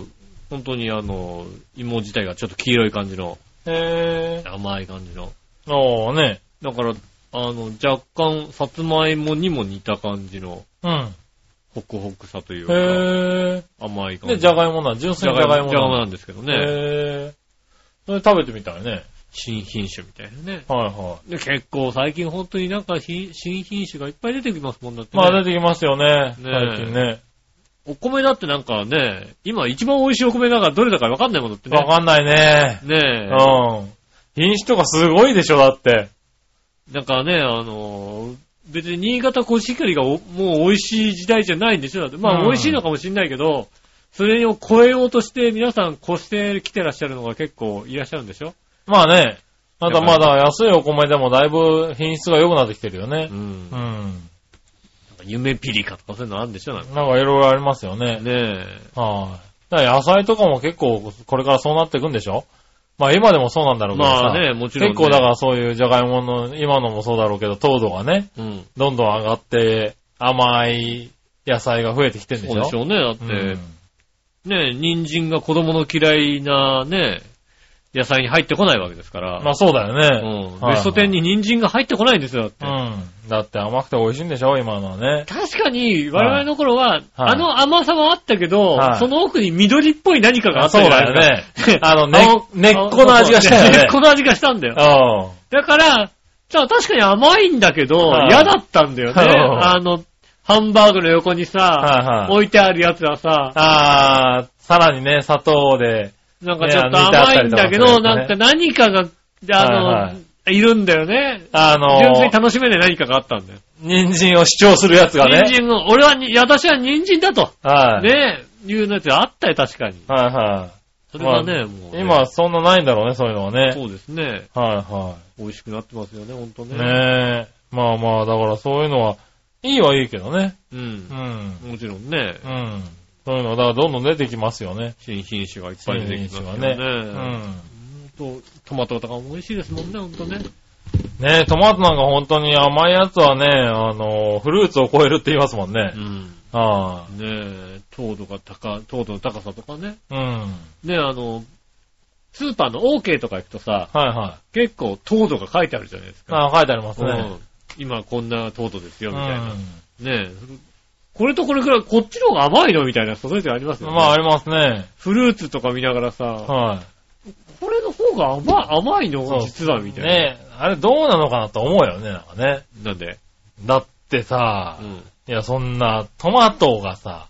Speaker 2: 本当にあの、芋自体がちょっと黄色い感じの、
Speaker 3: へぇ
Speaker 2: 甘い感じの。
Speaker 3: ー。おーね。
Speaker 2: だから、あの、若干、さつまいもにも似た感じの、
Speaker 3: うん。
Speaker 2: ホクホクさというか、
Speaker 3: へ
Speaker 2: 甘い
Speaker 3: ぇー。
Speaker 2: 感じ。
Speaker 3: で、じゃがいもなんだ。純
Speaker 2: じ
Speaker 3: 粋
Speaker 2: ゃ
Speaker 3: に
Speaker 2: が
Speaker 3: じ
Speaker 2: いも
Speaker 3: ゃがいも
Speaker 2: じゃがいも
Speaker 3: な
Speaker 2: な
Speaker 3: んだ。
Speaker 2: んですけどね。
Speaker 3: へぇー。それ食べてみたいね。
Speaker 2: 新品種みたいなね。
Speaker 3: はいは
Speaker 2: で結構最近本当になんかひ新品種がいっぱい出てきますもんだって、
Speaker 3: い。
Speaker 2: ね。
Speaker 3: まあ出てきますよね。
Speaker 2: ね
Speaker 3: 最近ね。
Speaker 2: お米だってなんかね、今一番美味しいお米だからどれだかわかんないものってね。
Speaker 3: わかんないね。
Speaker 2: ね
Speaker 3: うん。品種とかすごいでしょ、だって。
Speaker 2: え。なんかね、あのー別に新潟コシヒカリがおもう美味しい時代じゃないんでしょだって。ま
Speaker 3: う
Speaker 2: あ
Speaker 3: ん
Speaker 2: 美味しいのかもしんないけど、それを超えようとして皆さん越してきてらっしゃるのが結構いらっしゃるんでしょ
Speaker 3: まあね。まだまだ安いお米でもだいぶ品質が良くなってきてるよね
Speaker 2: う。ん。
Speaker 3: う
Speaker 2: なんか
Speaker 3: ん。
Speaker 2: 夢ピリカとかそういうのあるんでしょなんか
Speaker 3: なんかいろいろありますよね。
Speaker 2: ね
Speaker 3: はい。だから野菜とかも結構これからそうなっていくんでしょまあ今でもそうなんだろ
Speaker 2: え。
Speaker 3: うけどさ。
Speaker 2: まあね、もちろん、
Speaker 3: 結構だからそういうじゃがいもの、今のもそうだろうけど、糖度がね、
Speaker 2: ら。うん。
Speaker 3: どんどん上がって甘い野菜が増えてきてるんで
Speaker 2: そ
Speaker 3: し
Speaker 2: うで
Speaker 3: ょ
Speaker 2: しょうね。だって、
Speaker 3: うん
Speaker 2: ねえ、人参が子供の嫌いなね、野菜に入ってこないわけですから。
Speaker 3: まあそうだよね。
Speaker 2: うん。
Speaker 3: はい
Speaker 2: ベスト10に人参が入ってこないんですよ、だって。
Speaker 3: うん。だって甘くて美味しいんでしょ今のはね。
Speaker 2: 確かに、我々の頃は、あの甘さはあったけど、
Speaker 3: はい
Speaker 2: その奥に緑っぽい何かがあ
Speaker 3: あ、
Speaker 2: った
Speaker 3: そう
Speaker 2: じゃな
Speaker 3: だ
Speaker 2: い
Speaker 3: よ
Speaker 2: ですか。
Speaker 3: ね。 <laughs> あの、ね、根っこの味がしたよ
Speaker 2: 根
Speaker 3: ね
Speaker 2: っ。この味がしたんだよ。
Speaker 3: うん。
Speaker 2: だから、さあ確かに甘いんだけど、
Speaker 3: はい
Speaker 2: 嫌だったんだよね。
Speaker 3: はい
Speaker 2: あの、ハンバーグの横にさ、
Speaker 3: はいはい
Speaker 2: 置いてあるやつはさ、
Speaker 3: あー、さらにね、砂糖で。
Speaker 2: なんかちょっと甘いんだけ
Speaker 3: ね
Speaker 2: ど、
Speaker 3: あ
Speaker 2: な
Speaker 3: の
Speaker 2: んか何かが、
Speaker 3: は
Speaker 2: あ
Speaker 3: い
Speaker 2: の、いるんだよね。
Speaker 3: あ
Speaker 2: 純粋に
Speaker 3: の、
Speaker 2: 楽しめない何かがあったんだよ。
Speaker 3: 人参を主張するやつが
Speaker 2: 人
Speaker 3: ね。
Speaker 2: 参を、俺はに、私は人参だと、
Speaker 3: はい。
Speaker 2: ね、いうのやつあったよ、確かに。
Speaker 3: はいは
Speaker 2: それは
Speaker 3: ま
Speaker 2: ね、
Speaker 3: あ
Speaker 2: もう
Speaker 3: い。
Speaker 2: ね。
Speaker 3: 今はそんなないんだろうね、そういうのはね。
Speaker 2: そうですね。
Speaker 3: はいは
Speaker 2: 美味しくなってますよね、ほんと
Speaker 3: い。
Speaker 2: ね。
Speaker 3: ねえ。まあまあ、だからそういうのは、いいはいいけどね。
Speaker 2: う。
Speaker 3: うんん。
Speaker 2: もちろんね、
Speaker 3: うん。そういうのは、だからどんどん出てきますよね。
Speaker 2: 新品種がいっぱい出てきますよ
Speaker 3: 新品種う
Speaker 2: ね。
Speaker 3: ん。
Speaker 2: ほんと、トマトとかも美味しいですもんね、ほんとね。
Speaker 3: ねえ、トマトなんか本当に甘いやつはね、あの、フルーツを超えるって言いますもんね
Speaker 2: う。ん。
Speaker 3: は
Speaker 2: ねえ、糖度が高、糖度の高さとかね。
Speaker 3: い。うん。はい
Speaker 2: ねあの、スーパーの OK とか行くとさ、
Speaker 3: はい。
Speaker 2: 結構糖度が書いてあるじゃないですか。
Speaker 3: あ書いてあります
Speaker 2: う
Speaker 3: ね。
Speaker 2: ん今こんな糖度ですよ、みたいな。
Speaker 3: う
Speaker 2: ね
Speaker 3: ん
Speaker 2: え。これとこれくらい、こっちの方が甘いのみたいな、そういう時ありますよね。
Speaker 3: まあ、ありますね。
Speaker 2: フルーツとか見ながらさ、
Speaker 3: は
Speaker 2: これの方が甘い甘いの
Speaker 3: そう
Speaker 2: が実は、み
Speaker 3: い。
Speaker 2: たいな。
Speaker 3: ねえ、あれどうなのかなと思うよね、なんかね。
Speaker 2: なんで、
Speaker 3: だってさ
Speaker 2: う、ん。
Speaker 3: いや、そんな、トマトがさ、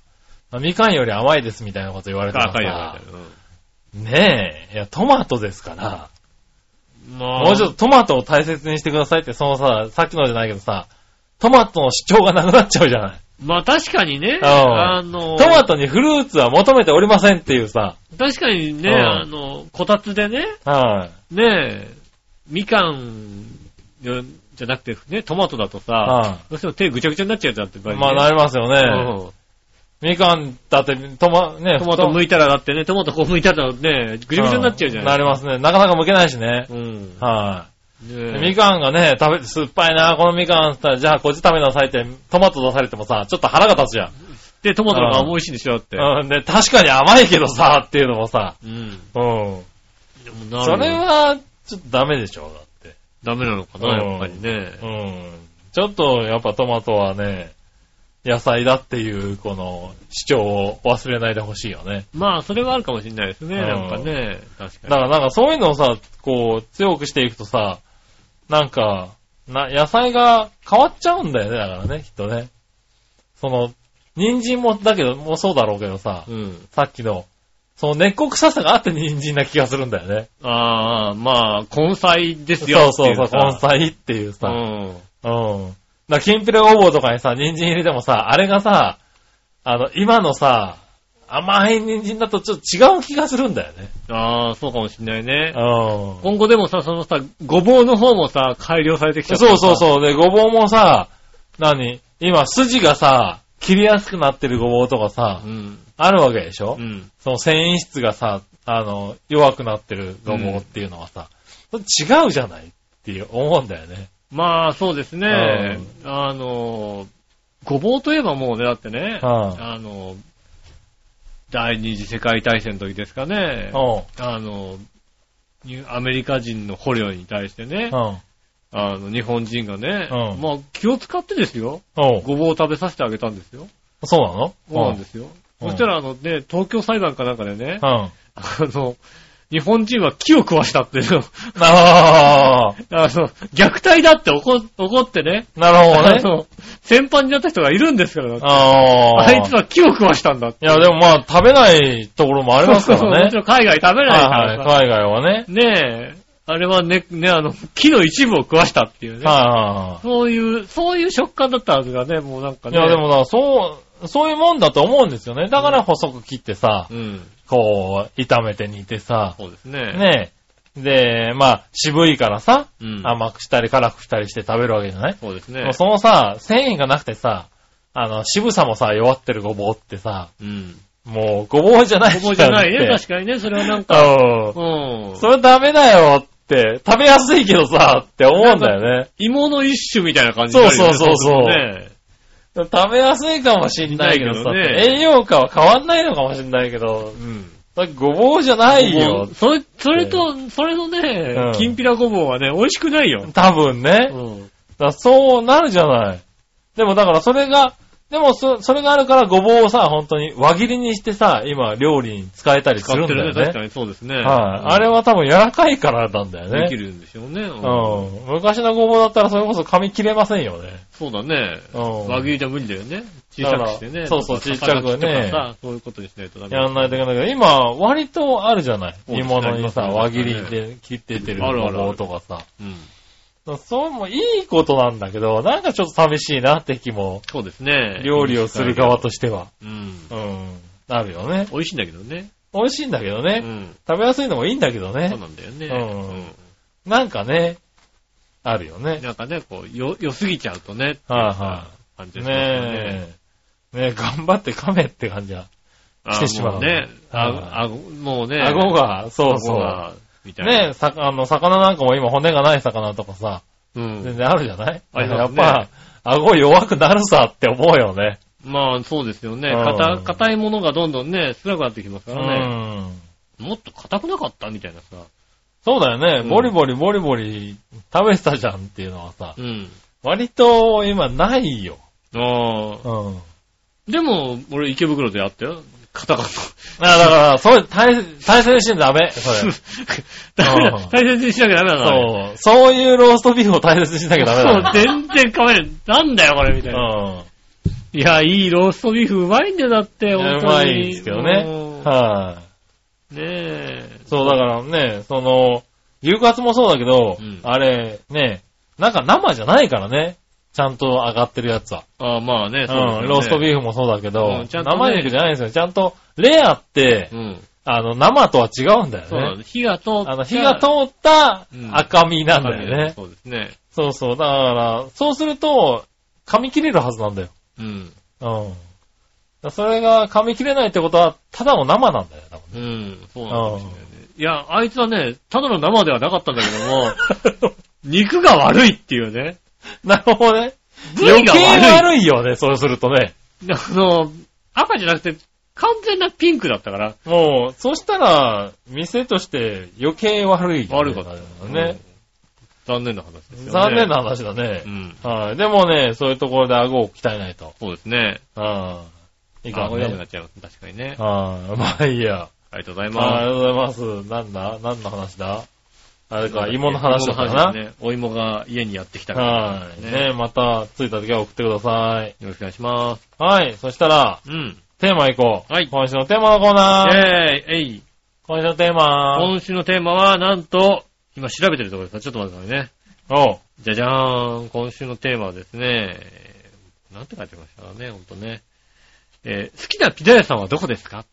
Speaker 3: みかんより甘いですみたいなこと言われても
Speaker 2: 赤いや
Speaker 3: さ
Speaker 2: つみ、たいな。
Speaker 3: ねえ、いや、トマトですから、
Speaker 2: うんまあ、
Speaker 3: もうちょっとトマトを大切にしてくださいって、そのさ、さっきのじゃないけどさ、トマトの主張がなくなっちゃうじゃない。
Speaker 2: まあ確かにね、
Speaker 3: うん
Speaker 2: あの、
Speaker 3: トマトにフルーツは求めておりませんっていうさ。
Speaker 2: 確かにね、
Speaker 3: うん
Speaker 2: あの、こたつでね、
Speaker 3: はい。
Speaker 2: ねえ、みかんよじゃなくてね、トマトだとさ、
Speaker 3: は
Speaker 2: どうしても手ぐちゃぐちゃになっちゃうやつだって
Speaker 3: い。
Speaker 2: 場合
Speaker 3: まあなりますよね。
Speaker 2: うん
Speaker 3: みかんだって、トマ、ね、
Speaker 2: トマト剥
Speaker 3: い
Speaker 2: いたらだってね、トマトこう剥いたらね、ぐちゃぐちゃになっちゃうじゃない
Speaker 3: なりますね。なかなか剥けないしね。
Speaker 2: うん。
Speaker 3: は
Speaker 2: ね
Speaker 3: い。
Speaker 2: え
Speaker 3: みかんがね、食べて酸っぱいな、このみかんって言ったら、じゃあこっち食べなさいって、トマト出されてもさ、ちょっと腹が立つじゃん。
Speaker 2: で、トマトの方が美味しいんでしょだって。
Speaker 3: うん、で、確かに甘いけどさ、っていうのもさ、
Speaker 2: うん。
Speaker 3: うん。
Speaker 2: でもな
Speaker 3: それは、ちょっとダメでしょ、だって。
Speaker 2: ダメなのかな、やっぱりね。
Speaker 3: うん。ちょっと、やっぱトマトはね、野菜だっていう、この、主張を忘れないでほしいよね。
Speaker 2: まあ、それはあるかもしれないですね、
Speaker 3: うん
Speaker 2: なんかね。確か
Speaker 3: だ
Speaker 2: に。
Speaker 3: からなんかそういうのをさ、こう、強くしていくとさ、なんか、な、野菜が変わっちゃうんだよね、だからね、きっとね。その、人参も、だけど、もうそうだろうけどさ、
Speaker 2: うん。
Speaker 3: さっきの、その根っこ臭さがあって人参な気がするんだよね。
Speaker 2: ああ、まあ、根菜です
Speaker 3: そ
Speaker 2: よ
Speaker 3: う
Speaker 2: ってい
Speaker 3: そう
Speaker 2: う
Speaker 3: そう、
Speaker 2: さ
Speaker 3: 根菜っていうさ、
Speaker 2: うん。
Speaker 3: うん。だからきんぴらごぼうとかにさ、人参入れてもさ、あれがさ、あの、今のさ、甘い人参だとちょっと違う気がするんだよね。
Speaker 2: ああ、そうかもしれないね。
Speaker 3: う
Speaker 2: 今後でもさ、そのさ、ごぼうの方もさ、改良されてきちゃ
Speaker 3: ん。
Speaker 2: った
Speaker 3: そうそうそう。で、ごぼうもさ、何今、筋がさ、切りやすくなってるごぼうとかさ、
Speaker 2: うん。
Speaker 3: あるわけでしょ、
Speaker 2: うん。
Speaker 3: その繊維質がさ、あの、弱くなってるごぼうっていうのはさ、違うじゃないっていう思うんだよね。
Speaker 2: まあ、そうですね。あの、ごぼうといえばもうね、だってね、
Speaker 3: うん
Speaker 2: あの、第二次世界大戦の時ですかね、
Speaker 3: うん。
Speaker 2: あの、ニュアメリカ人の捕虜に対してね、
Speaker 3: うん。
Speaker 2: あの、日本人がね、
Speaker 3: うん
Speaker 2: まあ、気を使ってですよ、
Speaker 3: うん。
Speaker 2: ごぼうを食べさせてあげたんですよ。
Speaker 3: そうなの。
Speaker 2: そうなんですすよ。
Speaker 3: うん
Speaker 2: そしたら、あのね、東京裁判かなんかでね
Speaker 3: う、ん。
Speaker 2: あの、日本人は木を食わしたっていうの、 <laughs>
Speaker 3: あ
Speaker 2: あの、虐待だって怒怒ってね、
Speaker 3: あ、なるほど
Speaker 2: あ <laughs>
Speaker 3: ね。
Speaker 2: の、先輩になった人がいるんですから、
Speaker 3: ああ。
Speaker 2: あいつは木を食わしたんだって。
Speaker 3: いや、でもまあ、食べないところもありますか
Speaker 2: そうそう
Speaker 3: ら
Speaker 2: <laughs> もち
Speaker 3: ね。
Speaker 2: ろん海外食べないか
Speaker 3: はいは
Speaker 2: ら
Speaker 3: い。
Speaker 2: さ
Speaker 3: 海外はね。
Speaker 2: ねえ、あれはね、ね、あの、木の一部を食わしたっていうね。
Speaker 3: は
Speaker 2: そういう、そういう食感だったはずがね、もうなんか
Speaker 3: いはいはい。
Speaker 2: ね。
Speaker 3: いや、でもな、そう、そういうもんだと思うんですよね。だから細く切ってさ
Speaker 2: う、ん。
Speaker 3: こう、炒めて煮てさ、
Speaker 2: そうですね。
Speaker 3: ねえ。で、まあ、渋いからさ、
Speaker 2: うん。
Speaker 3: 甘くしたり辛くしたりして食べるわけじゃない
Speaker 2: そうです
Speaker 3: も
Speaker 2: ね
Speaker 3: う。そのさ、繊維がなくてさ、あの、渋さもさ、弱ってるごぼうってさ、
Speaker 2: うん。
Speaker 3: もう、ごぼうじゃない
Speaker 2: ここじゃないね、確
Speaker 3: か
Speaker 2: かにね。それはなんか、
Speaker 3: に。うん。
Speaker 2: うん。
Speaker 3: それダメだよって、食べやすいけどさ、って思うんだよね。
Speaker 2: 芋の一種みたいな感じになるよね
Speaker 3: そうそうそうそう
Speaker 2: ね
Speaker 3: 食べやすいかもしんないけどさ、
Speaker 2: しんないけどね
Speaker 3: 栄養価は変わんないのかもしんないけど、
Speaker 2: うん。
Speaker 3: だってごぼうじゃない
Speaker 2: ごぼ
Speaker 3: よ
Speaker 2: う。それ、それと、それの
Speaker 3: う
Speaker 2: ね
Speaker 3: ん、
Speaker 2: きんぴらごぼうはね、美味しくないよ。
Speaker 3: 多分ね。だか
Speaker 2: うん。
Speaker 3: らそうなるじゃない。でもだからそれが、でもそそれがあるからごぼうをさ、本当に輪切りにしてさ、今料理に使えたりす
Speaker 2: 使
Speaker 3: る
Speaker 2: っ
Speaker 3: ん
Speaker 2: て
Speaker 3: だ
Speaker 2: る
Speaker 3: よ
Speaker 2: ね、確か
Speaker 3: ね。
Speaker 2: にそうですね。
Speaker 3: はい、
Speaker 2: うん
Speaker 3: あれは多分柔らかいからなんだよ
Speaker 2: でき
Speaker 3: ね。
Speaker 2: るんでしょうね。う
Speaker 3: うんん。昔のごぼうだったらそれこそ噛み切れませんよね。
Speaker 2: そうだね。
Speaker 3: うん。
Speaker 2: 輪切りじゃ無理だよね。小さくして
Speaker 3: だから
Speaker 2: ね。
Speaker 3: そうそう
Speaker 2: とか
Speaker 3: 小さくね
Speaker 2: 逆立ちとかさそういうことにしないとダメ。
Speaker 3: やらないといけないけど、今、割とあるじゃない
Speaker 2: そう
Speaker 3: 煮物にさ、
Speaker 2: そう
Speaker 3: 輪切りで切っててる
Speaker 2: あるあ
Speaker 3: ご
Speaker 2: るある
Speaker 3: ぼうとかさ。
Speaker 2: うん。
Speaker 3: そうもいいことなんだけど、なんかちょっと寂しいなって気も、
Speaker 2: そうですね。
Speaker 3: 料理をする側。としては。
Speaker 2: うん。
Speaker 3: うん。あるよね。
Speaker 2: 美味しいんだけどね。
Speaker 3: 美味しいんだけど
Speaker 2: う
Speaker 3: ね。
Speaker 2: ん。
Speaker 3: 食べやすいのもいいんだけど
Speaker 2: そう
Speaker 3: ね。
Speaker 2: なんだよね。
Speaker 3: うん
Speaker 2: う
Speaker 3: なんかね、あるよね
Speaker 2: ん。。なんかね、こう、よ、良すぎちゃうとね。ってい
Speaker 3: はいうは
Speaker 2: さ感じで
Speaker 3: ね
Speaker 2: す
Speaker 3: え。ねえ、頑張って噛めって感じだ。来てしまう
Speaker 2: あもね。
Speaker 3: はい
Speaker 2: あ、あ、もうね。
Speaker 3: 顎が、そう
Speaker 2: 顎
Speaker 3: そ
Speaker 2: がみ
Speaker 3: う。
Speaker 2: たいな。
Speaker 3: ねえ、さ、あの、魚なんかも今骨がない魚とかさ。
Speaker 2: うん。
Speaker 3: 全然あるじゃない
Speaker 2: あり
Speaker 3: や
Speaker 2: ま
Speaker 3: っ
Speaker 2: すね
Speaker 3: ぱ、顎弱くなるさって思うよね。
Speaker 2: まあ、そうですよね。
Speaker 3: うん
Speaker 2: 硬、硬いものがどんどんね、少なくなってきますからね。
Speaker 3: ん。
Speaker 2: もっと硬くなかったみたいなさ。
Speaker 3: そうだよね、
Speaker 2: うん
Speaker 3: ボリボリボリボリ食べてたじゃんっていうのはさ、
Speaker 2: うん。
Speaker 3: 割と今ないよ。
Speaker 2: ああ。
Speaker 3: うん。
Speaker 2: でも、俺、池袋でやったよ。硬かっ
Speaker 3: あだから、そう、対、対戦してダメ、それ。
Speaker 2: た。ダメ
Speaker 3: う
Speaker 2: だ。<laughs>
Speaker 3: ん
Speaker 2: 大切にしなきゃダメだな。
Speaker 3: そう、そういうローストビーフを大切にしなきゃダメ
Speaker 2: そう、
Speaker 3: だ
Speaker 2: 全然噛めない。なんだよ、これ、みたいな。
Speaker 3: ね。
Speaker 2: いや、いいローストビーフうまいんだよ、だって、
Speaker 3: うん。いや
Speaker 2: 本
Speaker 3: う
Speaker 2: 当
Speaker 3: ま
Speaker 2: に。
Speaker 3: いですけどね。
Speaker 2: うん
Speaker 3: はい。
Speaker 2: ねえ。
Speaker 3: そう、だからね、その、牛カツもそうだけど、
Speaker 2: うん
Speaker 3: あれ、ね、なんか生じゃないからね。ちゃんと上がってるやつは。
Speaker 2: ああ、まあね、
Speaker 3: う
Speaker 2: そうですよね
Speaker 3: ん、ローストビーフもそうだけど、
Speaker 2: うんちゃんとね
Speaker 3: 生肉じゃないんですよ。ちゃんと、レアって、
Speaker 2: うん。
Speaker 3: あの、生とは違うんだよね。
Speaker 2: そうなんです。火が通った。
Speaker 3: あの、火が通った
Speaker 2: うん
Speaker 3: 赤身なんだ
Speaker 2: 赤身
Speaker 3: よね。
Speaker 2: そうですね。
Speaker 3: そうそう。だから、そうすると、噛み切れるはずなんだよ。
Speaker 2: うん。
Speaker 3: うん。だそれが噛み切れないってことは、ただの生なんだよ、多
Speaker 2: うん。そうなんですよね。いや、あいつはね、ただの生ではなかったんだけども、
Speaker 3: <laughs> 分
Speaker 2: 肉が悪いっていうね。
Speaker 3: <laughs> なるほどね。
Speaker 2: 部位
Speaker 3: 余
Speaker 2: が
Speaker 3: 計
Speaker 2: 悪い
Speaker 3: 悪いよね、そうするとね。
Speaker 2: あの、赤じゃなくて、完全なピンクだったから。
Speaker 3: もう、そしたら、店として余計悪いよね、
Speaker 2: 悪かったよ
Speaker 3: ね。
Speaker 2: 残念な話ですよね。
Speaker 3: 残念な話だね
Speaker 2: う。ん。
Speaker 3: はい。でもね、そういうところで顎を鍛えないと。
Speaker 2: そうですね。
Speaker 3: うん。いいか
Speaker 2: あ
Speaker 3: も
Speaker 2: ごめんなくな
Speaker 3: ね。
Speaker 2: っちゃいます。確かにね。
Speaker 3: はい。まあいいや。
Speaker 2: ありがとうござい
Speaker 3: ああ
Speaker 2: ま
Speaker 3: りがとうございます。なんだ何の話だあれ
Speaker 2: す。
Speaker 3: か、芋の話だった
Speaker 2: 芋
Speaker 3: かな。
Speaker 2: の話だねお芋が家にやってきたから。
Speaker 3: はい。
Speaker 2: ね
Speaker 3: ねまた、着いた時は送ってください。
Speaker 2: よろしくお願いします。
Speaker 3: はい。そしたら、
Speaker 2: うん。
Speaker 3: テーマいこう。
Speaker 2: はい
Speaker 3: 今週のテーマのコーナー。
Speaker 2: えーいえい。
Speaker 3: 今週のテーマ
Speaker 2: 今週のテーマは、なんと、今調べてるところですからちょっと待ってくださいね。
Speaker 3: おう。
Speaker 2: じゃじゃーん。今週のテーマはですね、えーなんて書いてましたかね、ほんとね。えー好きなピザ屋さんはどこですか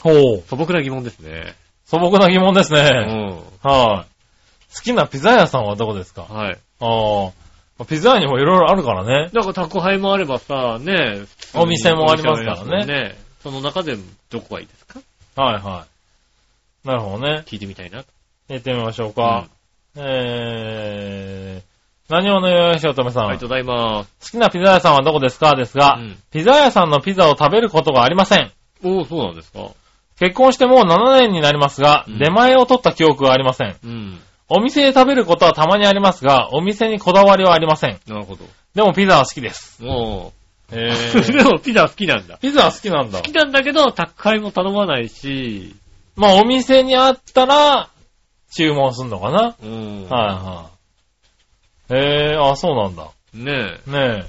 Speaker 3: ほう。
Speaker 2: 素朴な疑問ですね。
Speaker 3: 素朴な疑問です
Speaker 2: う
Speaker 3: ね。
Speaker 2: ん。
Speaker 3: はい。好きなピザ屋さんはどこですか
Speaker 2: はい。
Speaker 3: ああ。ピザ屋にもいろいろあるからね。
Speaker 2: なんか宅配もあればさ、ね
Speaker 3: お店もありますからね
Speaker 2: お店もありまね。その中でどこがいいですか
Speaker 3: はいはい。なるほどね。
Speaker 2: 聞いてみたいな。
Speaker 3: 行ってみましょうか。えー、何をのよよしおとめさ
Speaker 2: うん
Speaker 3: ん。
Speaker 2: ありがとうございます。
Speaker 3: 好きなピザ屋さんはどこですかですが、
Speaker 2: うん
Speaker 3: ピザ屋さんのピザを食べることがありません。
Speaker 2: おおそうなんですか
Speaker 3: 結婚してもう7年になりますが、
Speaker 2: うん
Speaker 3: 出前を取った記憶はありません。
Speaker 2: うん。
Speaker 3: お店で食べることはたまにありますが、お店にこだわりはありません。
Speaker 2: なるほど。
Speaker 3: でもピザは好きです。 <laughs>
Speaker 2: お
Speaker 3: え
Speaker 2: ー。でもピザ好きなんだ。
Speaker 3: <laughs> ピザは好きなんだ
Speaker 2: 好き。なんだけど、宅配も頼まないし、
Speaker 3: まあお店にあったら、注文すんのかな、
Speaker 2: うん。
Speaker 3: はいはい。えー、あ、そうなんだ。
Speaker 2: ね
Speaker 3: ねえ。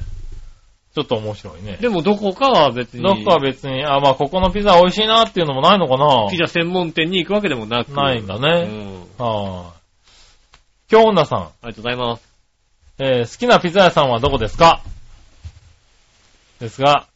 Speaker 3: ちょっと面白いね
Speaker 2: え。。でもどこかは別に、
Speaker 3: どっかは別に、あ、まあここのピザ美味しいなっていうのもないのかな
Speaker 2: ピザ専門店に行くわけでもなく。
Speaker 3: ないんだ
Speaker 2: う
Speaker 3: ね。
Speaker 2: ん。
Speaker 3: はい。今日女さん、
Speaker 2: ありがとうございます。
Speaker 3: えー好きなピザ屋さんはどこですかですが、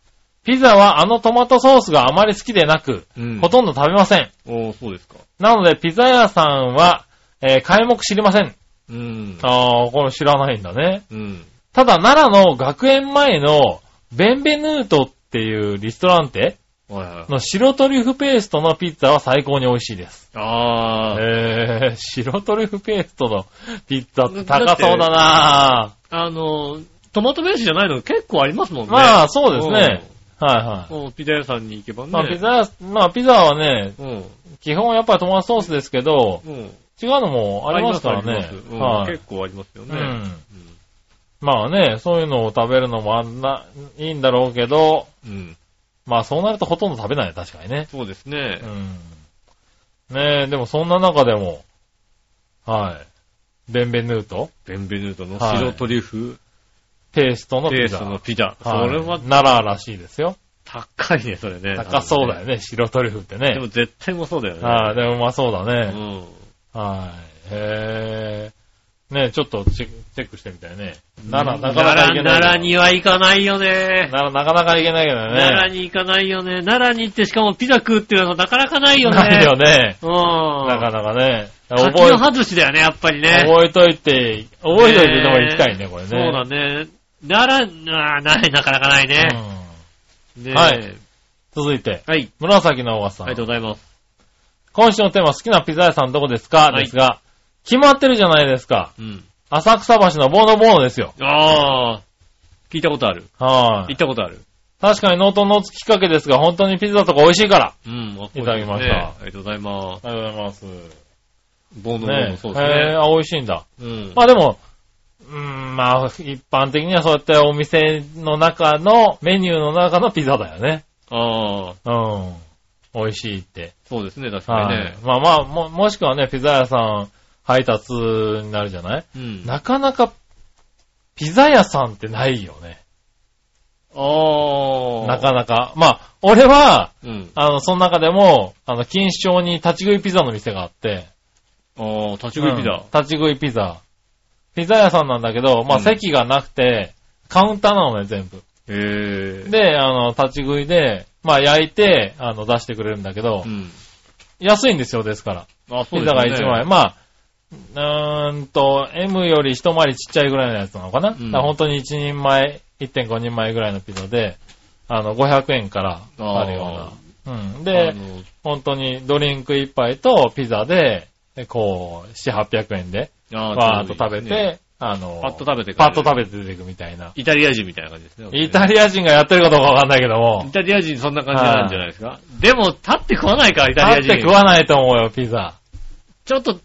Speaker 3: ピザはあのトマトソースがあまり好きでなく、
Speaker 2: うん
Speaker 3: ほとんど食べません。
Speaker 2: おー、そうですか。
Speaker 3: なので、ピザ屋さんは、えー開目知りません。
Speaker 2: うん。
Speaker 3: ああ、これ知らないんだね。
Speaker 2: うん。
Speaker 3: ただ、奈良の学園前の、ベンベヌートっていうリストランテ
Speaker 2: はいはい。
Speaker 3: の白トリュフペーストのピッツァは最高に美味しいです。
Speaker 2: あー。
Speaker 3: えー、白トリュフペーストのピッツァって高そうだな
Speaker 2: あの、トマトベースじゃないの結構ありますもんね。
Speaker 3: まあ、そうですね。はいはい。
Speaker 2: うん。うんピザ屋さんに行けばね。
Speaker 3: まあ、ピザ、まあ、ピザはね、
Speaker 2: うん。
Speaker 3: 基本やっぱりトマトソースですけど、
Speaker 2: うん。
Speaker 3: 違うのもありますからね
Speaker 2: あります。うん
Speaker 3: はい。
Speaker 2: 結構ありますよ
Speaker 3: う
Speaker 2: ね。
Speaker 3: ん。まあね、そういうのを食べるのもあんな、いいんだろうけど、
Speaker 2: うん。うん。
Speaker 3: まあそうなるとほとんど食べないね、確かにね。
Speaker 2: そうですね
Speaker 3: う。ん。ねえ、でもそんな中でも、はい。ベンベヌート
Speaker 2: ベンベヌートの
Speaker 3: はい
Speaker 2: 白トリュフ
Speaker 3: ペーストの
Speaker 2: ペ
Speaker 3: ピ
Speaker 2: ース
Speaker 3: ザ。
Speaker 2: のピザ。そ
Speaker 3: はい
Speaker 2: れは
Speaker 3: 奈良らしいですよ。
Speaker 2: 高いね、それね。
Speaker 3: 高そうだよね、白トリュフって
Speaker 2: でも
Speaker 3: ね。
Speaker 2: 絶対もそうだよね。
Speaker 3: はい、でもうまそうだ
Speaker 2: う
Speaker 3: ね。
Speaker 2: ん。
Speaker 3: はい。へえ。ねえ、ちょっとチェチェックしてみたいね。奈良、なかなか
Speaker 2: 奈
Speaker 3: 行け
Speaker 2: 良、
Speaker 3: ない。
Speaker 2: 奈良には行かないよね。
Speaker 3: 奈良、なかなか行けないけどね。
Speaker 2: 奈良に行かないよね。奈良に行ってしかもピザ食うっていうのはなかなかないよね。
Speaker 3: ないよね。
Speaker 2: う。
Speaker 3: なんかなかね。覚
Speaker 2: 柿の外しだよね、やっぱり
Speaker 3: え、
Speaker 2: ね。
Speaker 3: 覚えといて、覚えといてでも行きたいね、これね。
Speaker 2: そうだね。奈良、あーない、なかなかないね。
Speaker 3: うん
Speaker 2: ね
Speaker 3: はい。続いて、
Speaker 2: はい。
Speaker 3: 紫のおばさ
Speaker 2: あ
Speaker 3: ん。
Speaker 2: りがとうございます。
Speaker 3: 今週のテーマ、好きなピザ屋さんどこですか
Speaker 2: はい
Speaker 3: ですが、決まってるじゃないですか。
Speaker 2: うん。
Speaker 3: 浅草橋のボーノボーノですよ。
Speaker 2: ああ、聞いたことある。
Speaker 3: は
Speaker 2: 行
Speaker 3: い
Speaker 2: っ。たことある。
Speaker 3: 確かにノートノーツきっかけですが、本当にピザとか美味しいから。
Speaker 2: うん、あ
Speaker 3: いただき
Speaker 2: そ
Speaker 3: ました
Speaker 2: うですねありがとうございます。
Speaker 3: ありがとうございます。
Speaker 2: ボンドボン
Speaker 3: ね
Speaker 2: ドそうです
Speaker 3: え
Speaker 2: ね
Speaker 3: ー、。あ、美味しいんだ。
Speaker 2: うん。
Speaker 3: まあでも、うーん、まあ、一般的にはそうやってお店の中の、メニューの中のピザだよね。
Speaker 2: ああ、
Speaker 3: うん。美味しいって。
Speaker 2: そうですね、確かに
Speaker 3: はい。
Speaker 2: ね。
Speaker 3: まあまあ、も、もしくはね、ピザ屋さん配達になるじゃない
Speaker 2: うん。あ
Speaker 3: なかなか、ピザ屋さんってないよね。
Speaker 2: あ、
Speaker 3: なかなか。まあ、俺は、
Speaker 2: うん。
Speaker 3: あの、その中でも、あの、錦糸町に立ち食いピザの店があって。
Speaker 2: ああ、立ち食いピ
Speaker 3: うん
Speaker 2: ザ。
Speaker 3: 立ち食いピザ。ピザ屋さんなんだけど、まあ
Speaker 2: うん
Speaker 3: 席がなくて、カウンターなのね、全部。
Speaker 2: へえ。
Speaker 3: で、あの、立ち食いで、まあ焼いて、あの、出してくれるんだけど
Speaker 2: う、ん。
Speaker 3: 安いんですよ、ですから。
Speaker 2: あ、そう
Speaker 3: ピ
Speaker 2: です
Speaker 3: ザ
Speaker 2: よ
Speaker 3: が
Speaker 2: ね。
Speaker 3: 1枚。まあ、うーんと、M より一回りちっちゃいぐらいのやつなのかな。
Speaker 2: うん
Speaker 3: だから本当に1人前、1.5人前ぐらいのピザで、あの、500円からあるような。うん。
Speaker 2: で
Speaker 3: で、、本当にドリンク1杯とピザで、でこう、7、800円で、
Speaker 2: あ
Speaker 3: わーっと食べ、
Speaker 2: ちょうどいいですね
Speaker 3: て、あの、
Speaker 2: パッと食べて
Speaker 3: パッと食
Speaker 2: べ
Speaker 3: べて出てくみたいな。
Speaker 2: イタリア人みたいな感じですね。
Speaker 3: イタリア人がやってるかどうかわかんないけども
Speaker 2: イ、タリア人そんな感じなんじゃないですかでも、立って食わないから、イタリア
Speaker 3: 立
Speaker 2: 人。
Speaker 3: って食わないと思うよ、ピザ。
Speaker 2: ちょっと、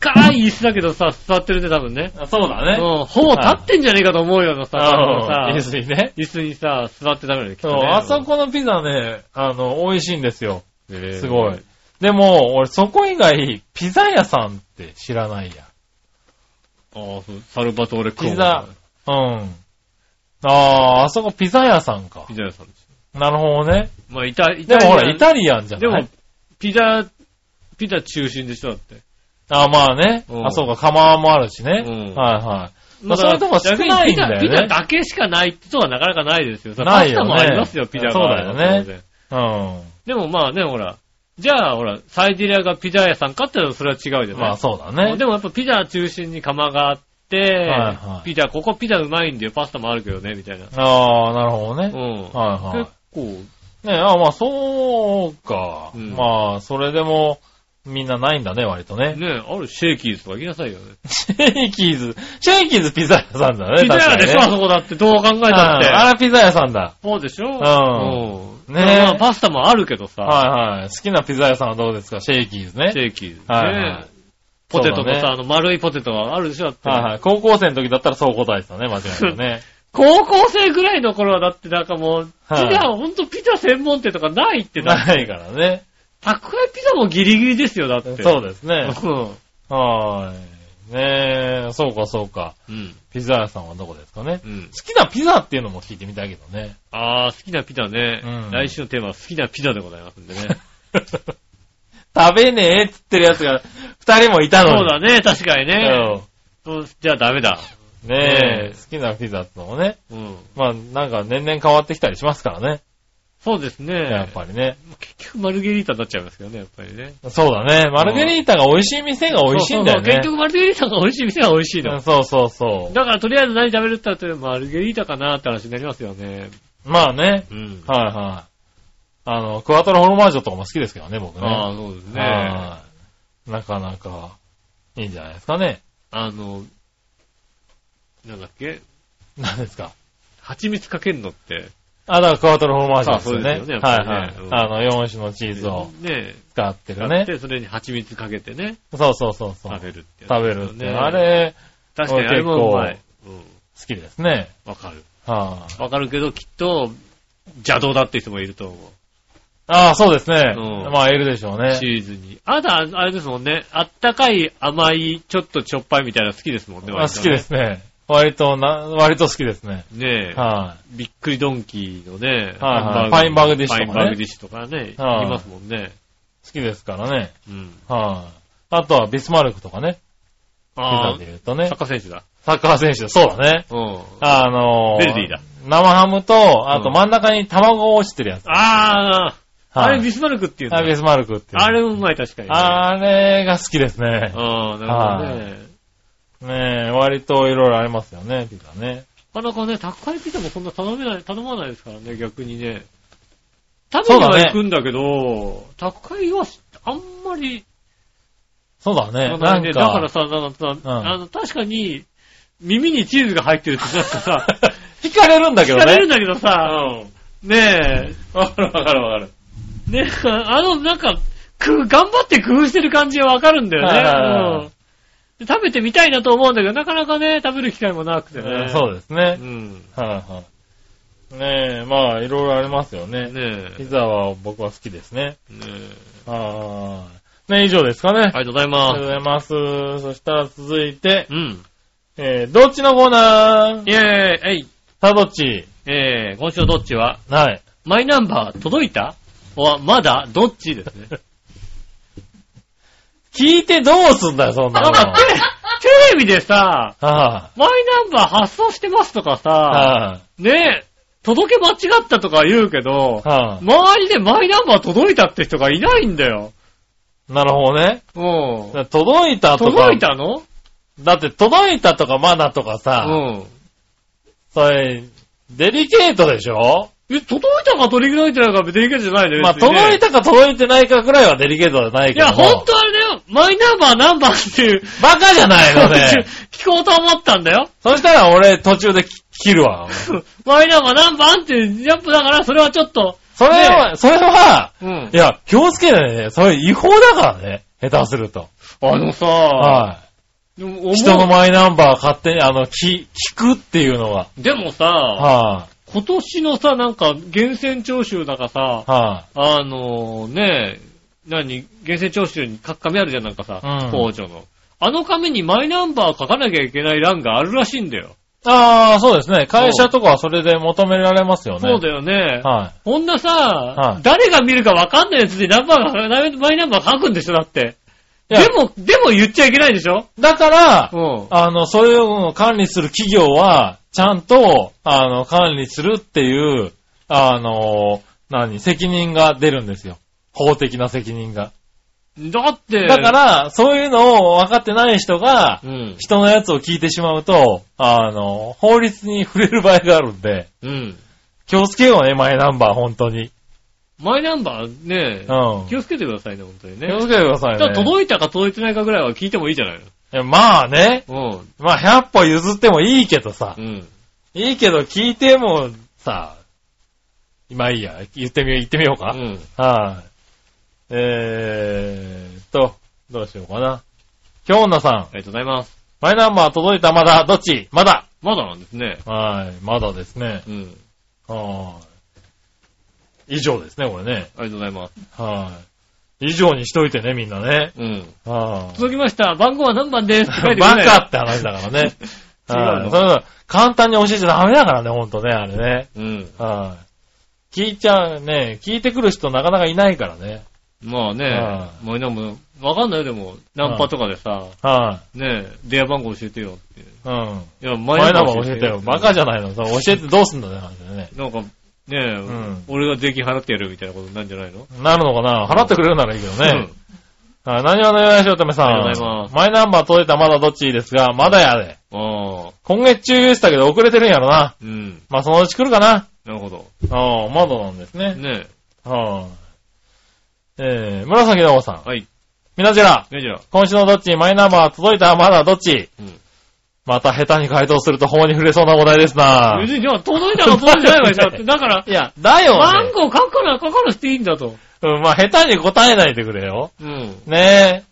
Speaker 2: 高い椅子だけどさ、座ってるね、多分ね。
Speaker 3: そうだね。
Speaker 2: うん、ほぼ立ってんじゃねえかと思うようなさ、
Speaker 3: あ
Speaker 2: あ
Speaker 3: の、
Speaker 2: の
Speaker 3: 椅
Speaker 2: さ
Speaker 3: 子にね。
Speaker 2: 椅子にさ、座って食べるねきっ
Speaker 3: そ
Speaker 2: と
Speaker 3: う、
Speaker 2: ね
Speaker 3: あそこのピザね、あの、美味しいんですよ。す
Speaker 2: す
Speaker 3: ごい。。でも、俺そこ以外、ピザ屋さんって知らないや。
Speaker 2: あーそうサルバトーレ・コーン
Speaker 3: ピザ。うん。ああー、あそこピザ屋さんか
Speaker 2: ピ。ザ屋さんです。
Speaker 3: なるほどね。
Speaker 2: まあ、イタイ
Speaker 3: で
Speaker 2: タリ
Speaker 3: も
Speaker 2: ア
Speaker 3: ほら、イタリアンじゃ
Speaker 2: で
Speaker 3: な
Speaker 2: も
Speaker 3: い、
Speaker 2: ピザ、ピザ中心でしょ、だって。
Speaker 3: ああ、まあね。
Speaker 2: うん
Speaker 3: あ、そうか、釜もあるしね。
Speaker 2: うん
Speaker 3: はいはい。まあ、そういうとこ少
Speaker 2: 逆に
Speaker 3: ないんだ
Speaker 2: ピザピザ
Speaker 3: よね。
Speaker 2: だけしかないってとはなかなかないですよ。さ
Speaker 3: ないよね
Speaker 2: パスタもありますよ、ピザが。
Speaker 3: そうだよね
Speaker 2: 当然。
Speaker 3: う
Speaker 2: でもまあね、ほら。じゃあ、ほら、サイデリアがピザ屋さんかって言うとそれは違うじゃ
Speaker 3: ん。ま
Speaker 2: な
Speaker 3: あ
Speaker 2: い
Speaker 3: そうだね
Speaker 2: で。もやっぱピザ中心に釜があって、
Speaker 3: いはい
Speaker 2: ピザ、ここピザうまいんだよ、パスタもあるけどね、みたいな。
Speaker 3: ああ、なる
Speaker 2: う
Speaker 3: ほど
Speaker 2: ん
Speaker 3: ね。。はいはい
Speaker 2: 結。構、
Speaker 3: ねあまあそうか。
Speaker 2: うん
Speaker 3: まあ、それでも、みんなないんだね、割とね。
Speaker 2: ね、あるシェイキーズとか行きなさいよね。
Speaker 3: シェイキーズ、シェイキーズピザ屋さんだね。
Speaker 2: ピザ屋でしょ、あそ
Speaker 3: 確かにね
Speaker 2: こだって。どう考えたっ
Speaker 3: うんあ
Speaker 2: て。
Speaker 3: ら、ピザ屋さんだ。
Speaker 2: そうでしょ
Speaker 3: う
Speaker 2: うん。
Speaker 3: ねえ
Speaker 2: まあパスタもあるけどさ、
Speaker 3: はいはい。好きなピザ屋さんはどうですかシェイキーズね
Speaker 2: シ。ェイキーズね。
Speaker 3: はいはい
Speaker 2: ポテト
Speaker 3: そうだ
Speaker 2: の
Speaker 3: ね
Speaker 2: さ、あの丸いポテトがあるでしょだって。
Speaker 3: はいはい。高校生の時だったらそう答えてたね、間
Speaker 2: <laughs>
Speaker 3: 違いなくね。
Speaker 2: 高校生ぐらいの頃はだってなんかもう、ピ
Speaker 3: はい
Speaker 2: ザ、ほんとピザ専門店とかないってだって
Speaker 3: ないからね。
Speaker 2: 宅配ピザもギリギリですよ、だって。
Speaker 3: そうですね。
Speaker 2: うん。
Speaker 3: はーい。ねえ、そうかそうか。
Speaker 2: うん。
Speaker 3: ピザ屋さんはどこですかね。
Speaker 2: うん。
Speaker 3: 好きなピザっていうのも聞いてみたいけどね。 <laughs>
Speaker 2: あー、好きなピザね。
Speaker 3: うん
Speaker 2: 来週のテーマは好きなピザでございますんで
Speaker 3: <laughs>
Speaker 2: ね。
Speaker 3: 食べねえって言ってるやつが、二人もいた
Speaker 2: そう
Speaker 3: のに。
Speaker 2: だね、確かにね。
Speaker 3: ね。
Speaker 2: そうじゃあダメだ。
Speaker 3: ねえ、
Speaker 2: うん
Speaker 3: 好きなピザってのもね。
Speaker 2: うん。
Speaker 3: まあ、なんか年々変わってきたりしますからね。
Speaker 2: そうですね。
Speaker 3: やっぱりね。
Speaker 2: 結局マルゲリータになっちゃいますよね、やっぱりね。
Speaker 3: そうだね。マルゲリータが美味しい店が美味しいんだよ
Speaker 2: そうそう
Speaker 3: ね
Speaker 2: 結。局マルゲリータが美味しい店は美味しい
Speaker 3: うん
Speaker 2: の。
Speaker 3: そうそうそ
Speaker 2: だからとりあえず何食べるって言ったらマルゲリータかなって話になりますよね。
Speaker 3: う。まあね。
Speaker 2: うん。
Speaker 3: はいはい。あの、クワトロフォルマージョとかも好きですけどね、僕ね。
Speaker 2: ああ、そうですね。あ
Speaker 3: はいなかなか、いいんじゃないですかね。 <laughs>
Speaker 2: の、なんだっけ
Speaker 3: 何ですか。
Speaker 2: 蜂蜜かけんのって。
Speaker 3: あ、だからクワトロフォルマージョですよ
Speaker 2: あ
Speaker 3: ね。
Speaker 2: そうですよね
Speaker 3: は
Speaker 2: やっ
Speaker 3: い
Speaker 2: ぱ
Speaker 3: はい
Speaker 2: りね。うん
Speaker 3: あの、4種のチーズを
Speaker 2: ね
Speaker 3: 使って
Speaker 2: え。
Speaker 3: るね。
Speaker 2: で、それに蜂蜜かけてね、
Speaker 3: そうそうそうそう。
Speaker 2: 食べるってやつ
Speaker 3: 食べるって。あれ、
Speaker 2: 確かにあれもうまい。うん。
Speaker 3: 好きですね。
Speaker 2: わかる。
Speaker 3: は
Speaker 2: わかるけど、きっと、邪道だって人もいると思う。
Speaker 3: あ、ああ、そうですね。
Speaker 2: うん
Speaker 3: まあ、いるでしょうね
Speaker 2: チ。ーズに。あなた、あれですもんね。あったかい、甘い、ちょっとちょっぱいみたいなの好きですもんね。。
Speaker 3: あ好きですすね。割とな、割と好きですね。
Speaker 2: ねえ。
Speaker 3: は
Speaker 2: びっくりドンキーのね、
Speaker 3: はいは
Speaker 2: ハ
Speaker 3: い
Speaker 2: ンバーグ
Speaker 3: パインバーグディッシュとか
Speaker 2: パイ
Speaker 3: ね
Speaker 2: ンバーグディッシュとかね、
Speaker 3: はい
Speaker 2: いますもんね。
Speaker 3: い。好きですからね。
Speaker 2: うん。
Speaker 3: はい。あとはビスマルクとかね。ピ
Speaker 2: あ
Speaker 3: ザ
Speaker 2: あ
Speaker 3: で、言うと
Speaker 2: サ
Speaker 3: ね
Speaker 2: ッ。カー選手だ。
Speaker 3: サッカー選手、そうだね。
Speaker 2: うん。
Speaker 3: あのー、
Speaker 2: ベルディだ。
Speaker 3: 生ハムと、あと
Speaker 2: うん
Speaker 3: 真ん中に卵が落ちてるやつ。
Speaker 2: ああ、あ
Speaker 3: はい
Speaker 2: れビスマルクっていうんだ
Speaker 3: あ。ビスマルクっていう。
Speaker 2: あれもうまい、確かにね。
Speaker 3: あれが好きですね。
Speaker 2: うん、なるほどね。
Speaker 3: ねえ、割といろいろありますよね、ピザね。
Speaker 2: なかなかね、宅配ピザもそんな頼めない、頼まないですからね、逆にね。食べ
Speaker 3: そう
Speaker 2: に
Speaker 3: だ
Speaker 2: は
Speaker 3: ね
Speaker 2: 行くんだけど、宅配はあんまり
Speaker 3: そうだ
Speaker 2: 頼
Speaker 3: ね。
Speaker 2: まな
Speaker 3: ないん
Speaker 2: ね、
Speaker 3: か、
Speaker 2: だからさ、なんかさ、
Speaker 3: うん
Speaker 2: あの、確かに、耳にチーズが入ってるってなんか
Speaker 3: <laughs>
Speaker 2: さ、
Speaker 3: 惹かれるんだけど
Speaker 2: 聞かれるん
Speaker 3: ね。
Speaker 2: だけどさ、ね
Speaker 3: わかるわかるわかる。
Speaker 2: え、ねえ、あの、なんか、工夫、頑張って工夫してる感じはわかるんだ
Speaker 3: はいはいはい
Speaker 2: よね。うんで食べてみたいなと思うんだけど、なかなかね、食べる機会もなくてね。
Speaker 3: そうですね
Speaker 2: う。ん。
Speaker 3: はいはい。ねえ、まあ、いろいろありますよね。
Speaker 2: ねえ
Speaker 3: ピ。ザは僕は好きですね。
Speaker 2: ねえ
Speaker 3: はーい。ね、以上ですかね。
Speaker 2: ありがとうござい
Speaker 3: ありが
Speaker 2: ま
Speaker 3: とう
Speaker 2: す
Speaker 3: ご。ざいます。そしたら続いて
Speaker 2: う、ん。
Speaker 3: えー、どっちのコーナ
Speaker 2: イェ
Speaker 3: ー
Speaker 2: ーイえい
Speaker 3: さあ、どっち
Speaker 2: えー、今週のどっちは
Speaker 3: はい。
Speaker 2: マイナンバー届いたは、まだどっちですね。 <laughs>
Speaker 3: 聞いてどうすんだよ、そんなの。
Speaker 2: テレビでさ、
Speaker 3: は
Speaker 2: マイナンバー発送してますとか
Speaker 3: い。
Speaker 2: さ、
Speaker 3: は
Speaker 2: ねえ、届け間違ったとか言うけど
Speaker 3: い。、は
Speaker 2: 周りでマイナンバー届いたって人がいないんだよ。
Speaker 3: い。なるほどね。
Speaker 2: うん。
Speaker 3: 届いたとか。
Speaker 2: 届いたの
Speaker 3: だって届いたとかまだとか
Speaker 2: う
Speaker 3: さ、
Speaker 2: ん。
Speaker 3: それ、デリケートでしょ
Speaker 2: え、届いたか届いてないか別にいいけどじゃないね。
Speaker 3: まあ、
Speaker 2: 別にね
Speaker 3: 届いたか届いてないかぐらいはデリケートじゃない
Speaker 2: い
Speaker 3: けど
Speaker 2: や、
Speaker 3: も。
Speaker 2: ほんとあれだよ。マイナンバーナンバーっていう。
Speaker 3: バカじ
Speaker 2: <laughs>
Speaker 3: ゃないのね。
Speaker 2: 聞こうと思ったんだよ。
Speaker 3: そしたら俺途中でき切るわ。
Speaker 2: マイナンバーナンバーっていう、やっぱだからそれはちょっと。
Speaker 3: それは、それは、
Speaker 2: うん
Speaker 3: い。や、気をつけないね。それ違法だからね。下手すると。
Speaker 2: あのさ、
Speaker 3: は
Speaker 2: でも思う
Speaker 3: い。人のマイナンバー勝手に、あの、き、聞くっていうのは。
Speaker 2: でもさ、
Speaker 3: は
Speaker 2: 今年のさ、なんか、源泉徴収だかさ
Speaker 3: い、、は
Speaker 2: あのねえ、何、源泉徴収に書く紙あるじゃん、なんかさ、
Speaker 3: うん
Speaker 2: 控除の。あの紙にマイナンバー書かなきゃいけない欄があるらしいんだよ。
Speaker 3: い。ああ、そうですね。会社とかはそれで求められますよね。
Speaker 2: そうだよね。
Speaker 3: は
Speaker 2: こんなさ、
Speaker 3: い
Speaker 2: 誰が見るかわかんないやつにナンバーが、マイナンバー書くんでしょ、だって。
Speaker 3: い。いや
Speaker 2: で、も、でも言っちゃいけないでしょ
Speaker 3: だから、
Speaker 2: うん。
Speaker 3: あの、そういうのを管理する企業は、ちゃんと、あの、管理するっていう、あの、何、責任が出るんですよ。法的な責任が。
Speaker 2: だって、
Speaker 3: だか、ら、そういうのを分かってない人が
Speaker 2: う、ん。
Speaker 3: 人のやつを聞いてしまうと、あの、法律に触れる場合があるんで、
Speaker 2: うん。
Speaker 3: 気をつけようね、マイナンバー、本当に。
Speaker 2: マイナンバーね、
Speaker 3: うん。
Speaker 2: 気をつけてくださいね、本当にね。
Speaker 3: 気をつけてください
Speaker 2: じゃあ
Speaker 3: ね。
Speaker 2: 届いたか届いてないかぐらいは聞いてもいいじゃない
Speaker 3: いやまあね、
Speaker 2: のうん。
Speaker 3: まあ100歩譲ってもいいけどさ
Speaker 2: う、ん。
Speaker 3: いいけど聞いてもさ、まあいいや、言ってみよう、言ってみようか。
Speaker 2: うん。
Speaker 3: はい、えーっと、どうしようかな。京女さん、
Speaker 2: ありがとうございます。
Speaker 3: マイナンバー届いたまだどっちまだ
Speaker 2: まだなんですね。
Speaker 3: はい、まだですね。
Speaker 2: うん。
Speaker 3: はい。以上ですね、これね。
Speaker 2: ありがとうございます。
Speaker 3: はい。以上にしといてね、みんなね。
Speaker 2: うん。
Speaker 3: はい。
Speaker 2: 続きました。番号は何番
Speaker 3: <laughs>
Speaker 2: ですって書いてくれ
Speaker 3: バ
Speaker 2: ない
Speaker 3: カって話だから
Speaker 2: <laughs>
Speaker 3: ね。
Speaker 2: 違う
Speaker 3: はい
Speaker 2: の
Speaker 3: それ簡単に教えちゃダメだからね、ほんとね、あれね。
Speaker 2: うん。
Speaker 3: はい。聞いちゃうね、聞いてくる人なかなかいないからね。
Speaker 2: まあね
Speaker 3: は、
Speaker 2: マイナンバー、わかんないよ、でも、ナンパとかでさ、
Speaker 3: は
Speaker 2: ねえ、電話番号教えてよって。い
Speaker 3: い。うん。
Speaker 2: や、マ
Speaker 3: 前ナンバー教えてよ。バカじ
Speaker 2: ゃ
Speaker 3: ゃないの。それ教えてどうすんだよ、なんだよね。
Speaker 2: なんか、ねえ、
Speaker 3: ん
Speaker 2: 俺が税金払ってやるみたいなことになるんじゃないの
Speaker 3: なるのかな払ってくれるならいいけどね。はい、何話のよやしおとめさん。
Speaker 2: ありがとうございます
Speaker 3: マイナンバー届いたまだどっちですが、まだやで。
Speaker 2: うん。ああ、
Speaker 3: 今月中言うてたけど遅れてるんやろな。
Speaker 2: うん。
Speaker 3: まあそのうち来るかな。
Speaker 2: なるほど。
Speaker 3: ああ、まだなんですね。
Speaker 2: ね
Speaker 3: はい、えー、紫のおさん。
Speaker 2: え、はい。
Speaker 3: みなじら、
Speaker 2: ねえ、じゃあ、
Speaker 3: 今週のどっちマイナンバー届いたまだどっち
Speaker 2: うん。
Speaker 3: また下手に回答すると法に触れそうなお題ですな。
Speaker 2: 別に、じゃあ、届いたら届いてないわけじゃって。だから、
Speaker 3: <laughs> いや、だよ、
Speaker 2: 番
Speaker 3: ね。
Speaker 2: 号書かな、書かなくていいんだと。
Speaker 3: うん、まあ下手に答えないでくれよ。
Speaker 2: うん。
Speaker 3: ね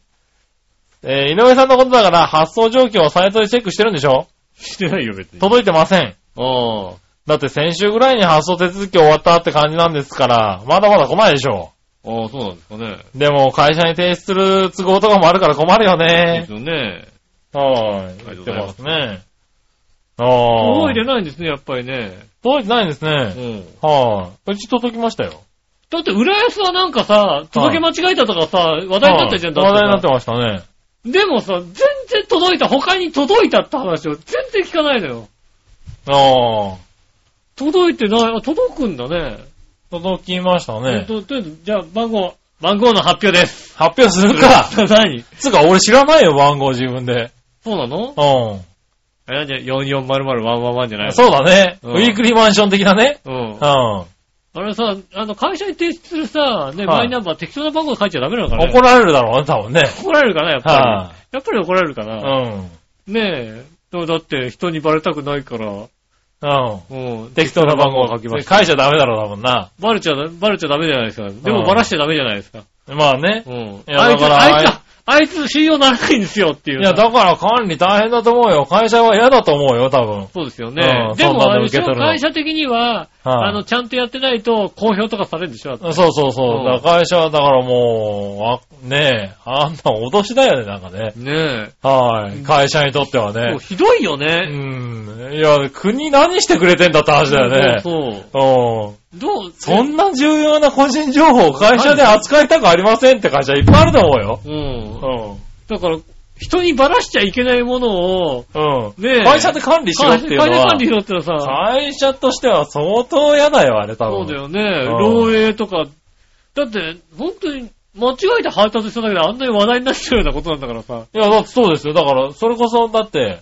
Speaker 3: え。えー井上さんのことだから発送状況をサイトでチェックしてるんでしょ
Speaker 2: してないよ、別に。
Speaker 3: 届いてません。
Speaker 2: ああ。
Speaker 3: だって先週ぐらいに発送手続き終わったって感じなんですから、まだまだ来ないでしょ。
Speaker 2: ああ、そうなんですかね。
Speaker 3: でも会社に提出する都合とかもあるから困るよ
Speaker 2: そうで
Speaker 3: ね
Speaker 2: す。よね。
Speaker 3: はーい。
Speaker 2: あり
Speaker 3: 言っ
Speaker 2: がと
Speaker 3: て
Speaker 2: うござい
Speaker 3: ま
Speaker 2: ます
Speaker 3: ね。ああ。
Speaker 2: 覚えてないんですね、やっぱりね。
Speaker 3: 届いてないんです
Speaker 2: う
Speaker 3: ね。
Speaker 2: ん。
Speaker 3: はーい。うち届きましたよ。
Speaker 2: だって、浦安はなんかさ、届け間違えたとかさ、話題になったじゃん、だ
Speaker 3: はい話題にな
Speaker 2: っ
Speaker 3: ってて
Speaker 2: さ
Speaker 3: ましたね。
Speaker 2: でもさ、全然届いた、他に届いたって話を全然聞かないのよ。
Speaker 3: ああ。
Speaker 2: 届いてない、あ届くんだね。
Speaker 3: 届きましたね。
Speaker 2: ととりあえず、じゃあ番号、番号の発表です。 <laughs>
Speaker 3: 発表するか
Speaker 2: 何
Speaker 3: <laughs> つうか俺知らないよ、番号自分で。
Speaker 2: そうなの
Speaker 3: うん。
Speaker 2: あれなんじゃ、4400111じゃないの
Speaker 3: そうだね、
Speaker 2: うん
Speaker 3: ウィークリーマンション的なね。
Speaker 2: う
Speaker 3: うんん。。怒
Speaker 2: あれさ、あの、会社に提出するさ、ね、
Speaker 3: い
Speaker 2: マイナンバー適当な番号書いちゃダメなのかな
Speaker 3: られるだろうね、多分ね。
Speaker 2: 怒られるかな、やっ
Speaker 3: は
Speaker 2: ぱり。やっぱり怒られるか
Speaker 3: う
Speaker 2: な。
Speaker 3: ん。
Speaker 2: ねえ。でもだって、人にバレたくないから、
Speaker 3: うん。
Speaker 2: うん。
Speaker 3: 適当な番号を書きました。書いちゃダメだろう、多分な。
Speaker 2: バレちゃだ、バレちゃダメじゃないですか。で
Speaker 3: う
Speaker 2: も
Speaker 3: ん
Speaker 2: バラしちゃダメじゃないですか。
Speaker 3: まあね
Speaker 2: う。ん。
Speaker 3: いや
Speaker 2: あいつ、
Speaker 3: だから
Speaker 2: あいつ、あいつ信用ならないんですよっていう。
Speaker 3: いや、だから管理大変だと思うよ。会社は嫌だと思うよ、多分。
Speaker 2: そうですよね
Speaker 3: う。ん
Speaker 2: で
Speaker 3: そ
Speaker 2: も、
Speaker 3: んな
Speaker 2: あ
Speaker 3: の
Speaker 2: れで
Speaker 3: 受
Speaker 2: しょ
Speaker 3: け取るの
Speaker 2: 会社的には、
Speaker 3: はい
Speaker 2: あの、ちゃんとやってないと、公表とかされるでしょ。
Speaker 3: そうそうそうう。
Speaker 2: ん
Speaker 3: だから会社は、だからもう、あ、ねえ、あんな脅しだよね、なんかね。
Speaker 2: ね
Speaker 3: はい。会社にとっては
Speaker 2: え。も
Speaker 3: ね
Speaker 2: う。ひどいよ
Speaker 3: う
Speaker 2: ね。
Speaker 3: ん。いや、国何してくれてんだって話だよね。
Speaker 2: そうそう。
Speaker 3: うん。
Speaker 2: どう、
Speaker 3: そんな重要な個人情報を会社で扱いたくありませんって会社いっぱいあると思うよ。
Speaker 2: うん。
Speaker 3: う
Speaker 2: だから、人にばらしちゃいけないものを、
Speaker 3: うん。
Speaker 2: ねえ
Speaker 3: 会社で管理しろっていうのは。
Speaker 2: 管理しろってのはさ、
Speaker 3: 会社としては相当嫌だよ、あれ多
Speaker 2: そ
Speaker 3: 分。
Speaker 2: うだよね、
Speaker 3: うん
Speaker 2: 漏洩とか、だって、本当に、間違えて配達しただけであんなに話題になっちゃうようなことなんだからさ。
Speaker 3: いや、だってそうですよ。だから、それこそ、だって、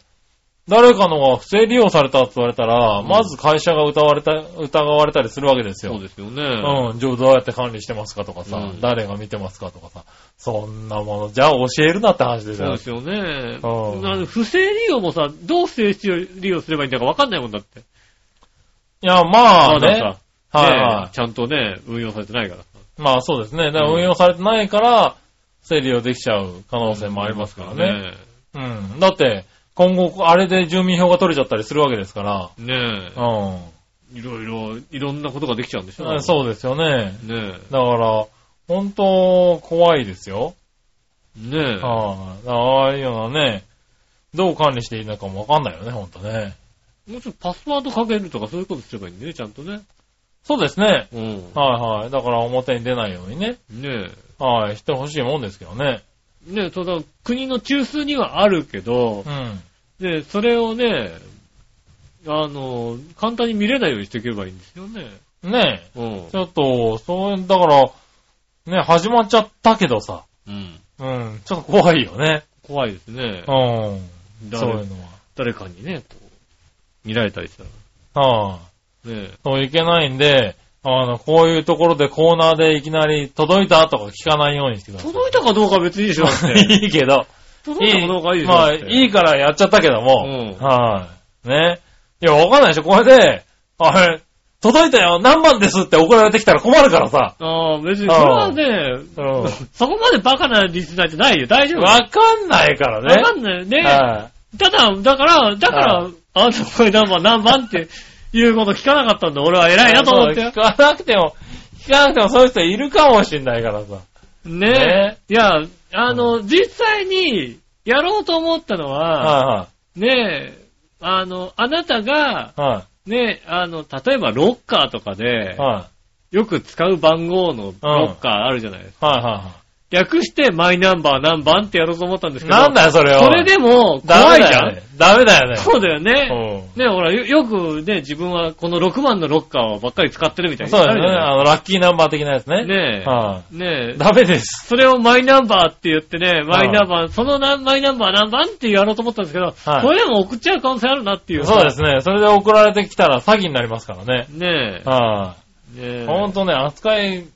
Speaker 3: 誰かのが不正利用されたって言われたら、
Speaker 2: ん
Speaker 3: まず会社が疑われた、疑われたりするわけですよ。
Speaker 2: そうですよね。
Speaker 3: うん。じゃあどうやって管理してますかとかさ、
Speaker 2: うん
Speaker 3: 誰が見てますかとかさ、そんなもの、じゃあ教えるなって話です
Speaker 2: そう
Speaker 3: よ
Speaker 2: で。すよね。
Speaker 3: うん
Speaker 2: なん不正利用もさ、どう不正利用すればいいんだかわかんないもんだって。
Speaker 3: いや、まあ
Speaker 2: まだ
Speaker 3: ね。
Speaker 2: さ、
Speaker 3: はい、
Speaker 2: ね
Speaker 3: は
Speaker 2: ちゃんとね、運用されてないから。
Speaker 3: い。まあそうですね。だから運用されてないから、整理をできちゃう可能性もありますからね。うん。だって、今後、あれで住民票が取れちゃったりするわけですから。
Speaker 2: ね。ね
Speaker 3: うん。
Speaker 2: え。いろいろ、いろんなことができちゃうんでしょ
Speaker 3: そうですよね。
Speaker 2: う。ね
Speaker 3: だから、本当、怖いですよ。
Speaker 2: え。ねえ。
Speaker 3: はいああいうのはね、どう管理していいのかもわかんないよね、ほんとね。
Speaker 2: もうちょっとパスワードかけるとかそういうことすればいいんだよね、ちゃんとね。
Speaker 3: そうですね。
Speaker 2: うん。
Speaker 3: はいはい。だから表に出ないようにね。
Speaker 2: ね
Speaker 3: はい。してほしいもんですけどね。
Speaker 2: え。ねえ、ただ、国の中枢にはあるけど
Speaker 3: う、ん。
Speaker 2: ねえ、それをね、あの、簡単に見れないようにしていけばいいんですよね。
Speaker 3: ね
Speaker 2: うん
Speaker 3: え。ち。ょっと、そう、だから、ね、始まっちゃったけどさ。
Speaker 2: うん。
Speaker 3: うん。ちょっと怖いよね。
Speaker 2: 怖いですね。
Speaker 3: うん。そう
Speaker 2: 誰
Speaker 3: いうの
Speaker 2: 誰かにね、こう、見られたりしたら。
Speaker 3: は。はい。
Speaker 2: ねえ。
Speaker 3: そういけないんで、あの、こういうところでコーナーでいきなり届いたとか聞かないようにしてください。
Speaker 2: 届いたかどうかは別にいいでしょ、だって。
Speaker 3: <laughs> いいけど。
Speaker 2: 届いたかどうかはいいでしょ。
Speaker 3: まあ、
Speaker 2: だって
Speaker 3: いいからやっちゃったけども。
Speaker 2: うん
Speaker 3: はい。ね。いや、わかんないでしょ。これで、あれ、届いたよ、何番ですって送られてきたら困るからさ。
Speaker 2: ああ、別に、それはね、
Speaker 3: うん。わ
Speaker 2: そこまでバカなリスナーじゃないよ。大丈夫。
Speaker 3: かんないからね。
Speaker 2: わかんないよね。
Speaker 3: は
Speaker 2: ただ、だから、だから
Speaker 3: は、。
Speaker 2: あなたの声何番何番っていうこと聞かなかったんだ。俺はい偉いなと思ってよ
Speaker 3: 聞。かなくても、聞かなくてもそういう人いるかもしんないからさ。
Speaker 2: ね
Speaker 3: ね
Speaker 2: え。いや、あの、実際にやろうと思ったのは、
Speaker 3: は
Speaker 2: ねえ、あの、あなたが、
Speaker 3: いは
Speaker 2: ねえ、あの、例えばロッカーとかで
Speaker 3: い。はい。、は
Speaker 2: よく使う番号のロッカーあるじゃないですか。
Speaker 3: い。はいは
Speaker 2: 略してマイナンバー何番ってやろうと思ったんです
Speaker 3: い。
Speaker 2: けど、
Speaker 3: なんだよ、それを。
Speaker 2: それでも
Speaker 3: ダ
Speaker 2: 怖
Speaker 3: メ
Speaker 2: いじ
Speaker 3: だ
Speaker 2: ゃ
Speaker 3: よ
Speaker 2: ん
Speaker 3: ね。ダメだよね。
Speaker 2: そうだよね。
Speaker 3: うん
Speaker 2: ね、ほら、よよくね、自分はこの6番のロッカーをばっかり使ってるみたいな。
Speaker 3: そうだね。
Speaker 2: あ
Speaker 3: あの、ラッキーナンバー的なやつね。
Speaker 2: るじゃないね
Speaker 3: は
Speaker 2: え。ね
Speaker 3: い。
Speaker 2: え。
Speaker 3: ダメです。
Speaker 2: それをマイナンバーって言ってね、マイナンバー、そのなマイナンバー何番ってやろうと思ったんですけど、
Speaker 3: はい
Speaker 2: これでも送っちゃう可能性あるなっていう。
Speaker 3: そうですね。それで送られてきたら詐欺になりますからね。
Speaker 2: ね
Speaker 3: は
Speaker 2: え。ねえ
Speaker 3: い。ほんとね、扱い、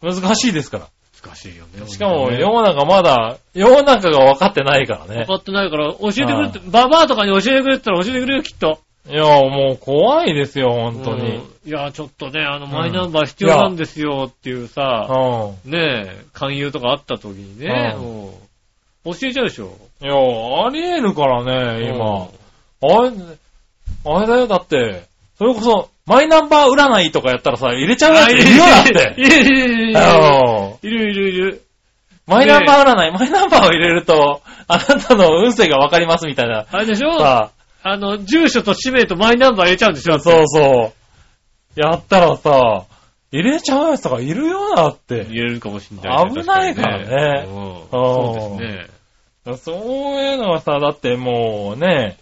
Speaker 3: 難しいですか
Speaker 2: 難しいよね。
Speaker 3: ら。しかも、
Speaker 2: ね
Speaker 3: 世の中まだ、世の中が分かってないから
Speaker 2: 分
Speaker 3: ね
Speaker 2: か。ってないから、教えてくれって、ババアとかに教えてくれって言ったら教えてくれよ、きっと。
Speaker 3: いや、もう怖いですよ、ほんとに。
Speaker 2: うん。いや、ちょっとね、あの、
Speaker 3: うん
Speaker 2: マイナンバー必要なんですよっていうさ、
Speaker 3: うん。
Speaker 2: ねえ、勧誘とかあった時にね、
Speaker 3: うん
Speaker 2: もう教えちゃうでしょ。
Speaker 3: いや、ありえるから
Speaker 2: う
Speaker 3: ね、
Speaker 2: ん
Speaker 3: 今。あれ、あれだよ、だって、それこそ、マイナンバー占いとかやったらさ、入れちゃうやついるよ、だって。
Speaker 2: いるいるいるいる
Speaker 3: うん
Speaker 2: いるいるいる。
Speaker 3: マイナンバー占い、マイナンバーを入れると、あなたの運勢がわかりますみたいな。
Speaker 2: あれでしょ
Speaker 3: さ
Speaker 2: あの、住所と氏名とマイナンバー入れちゃうんでしょ
Speaker 3: そうそう。やったらさ、入れちゃうやつとかいるよなって。
Speaker 2: 言えるかもしれない、
Speaker 3: 危ないからね
Speaker 2: 確にうん
Speaker 3: う
Speaker 2: そ
Speaker 3: ん
Speaker 2: うですね。
Speaker 3: そういうのはさ、だってもうね、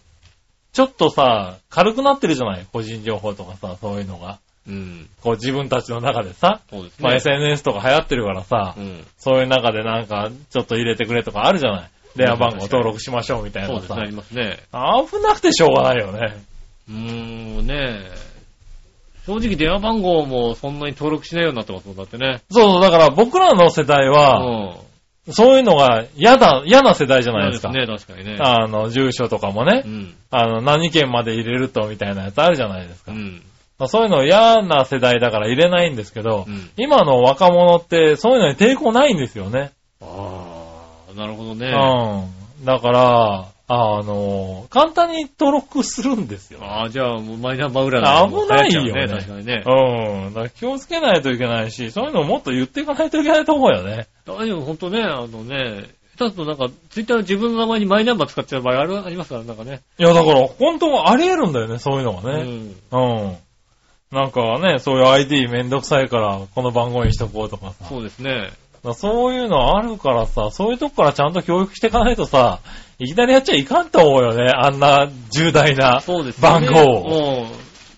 Speaker 3: ちょっとさ、軽くなってるじゃない個人情報とかさ、そういうのが。
Speaker 2: うん。
Speaker 3: こう自分たちの中でさ、
Speaker 2: そうですね。
Speaker 3: まあ SNS とか流行ってるからさ、
Speaker 2: うん。
Speaker 3: そういう中でなんか、ちょっと入れてくれとかあるじゃない電話番号登録しましょうみたい
Speaker 2: そう
Speaker 3: な
Speaker 2: です
Speaker 3: さ
Speaker 2: ね、あ。りますね。
Speaker 3: 危なくてしょうがないよね。
Speaker 2: うーん、ねえ正直電話番号もそんなに登録しないようになってますもん、だってね。
Speaker 3: そうそう、だから僕らの世代
Speaker 2: う
Speaker 3: は、
Speaker 2: ん。
Speaker 3: そういうのが嫌だ、嫌な世代じゃないです
Speaker 2: そ
Speaker 3: か。
Speaker 2: うですね、確かにね。
Speaker 3: あの、住所とかもね
Speaker 2: う、ん。
Speaker 3: あの、何県まで入れるとみたいなやつあるじゃないです
Speaker 2: う
Speaker 3: か。
Speaker 2: ん。
Speaker 3: まあそういうの嫌な世代だから入れないんですけど、
Speaker 2: うん
Speaker 3: 今の若者ってそういうのに抵抗ないんですよね。
Speaker 2: ああ、なるほどね。
Speaker 3: うん。だから、あの、簡単に登録するんですよ。
Speaker 2: ああ、じゃあ、もうマイナンバー占いも
Speaker 3: 危ないよね
Speaker 2: 流行っちゃう確かにね。
Speaker 3: うん。だから気をつけないといけないし、そういうのをもっと言っていかないといけないと思うよね。
Speaker 2: 大丈夫、ほんとね、あのね、下手するとなんか、ツイッターの自分の名前にマイナンバー使っちゃう場合あるありますから、なんかね。
Speaker 3: いや、だから本当はあり得るんだよね、そういうのがね。
Speaker 2: うん。
Speaker 3: うん。なんかね、そういう ID めんどくさいから、この番号にしとこうとかさ。
Speaker 2: そうですね。
Speaker 3: だそういうのあるからさ、そういうとこからちゃんと教育していかないとさ、いきなりやっちゃいかんと思うよね。あんな重大な
Speaker 2: そうですよ
Speaker 3: 番
Speaker 2: ね
Speaker 3: 号を。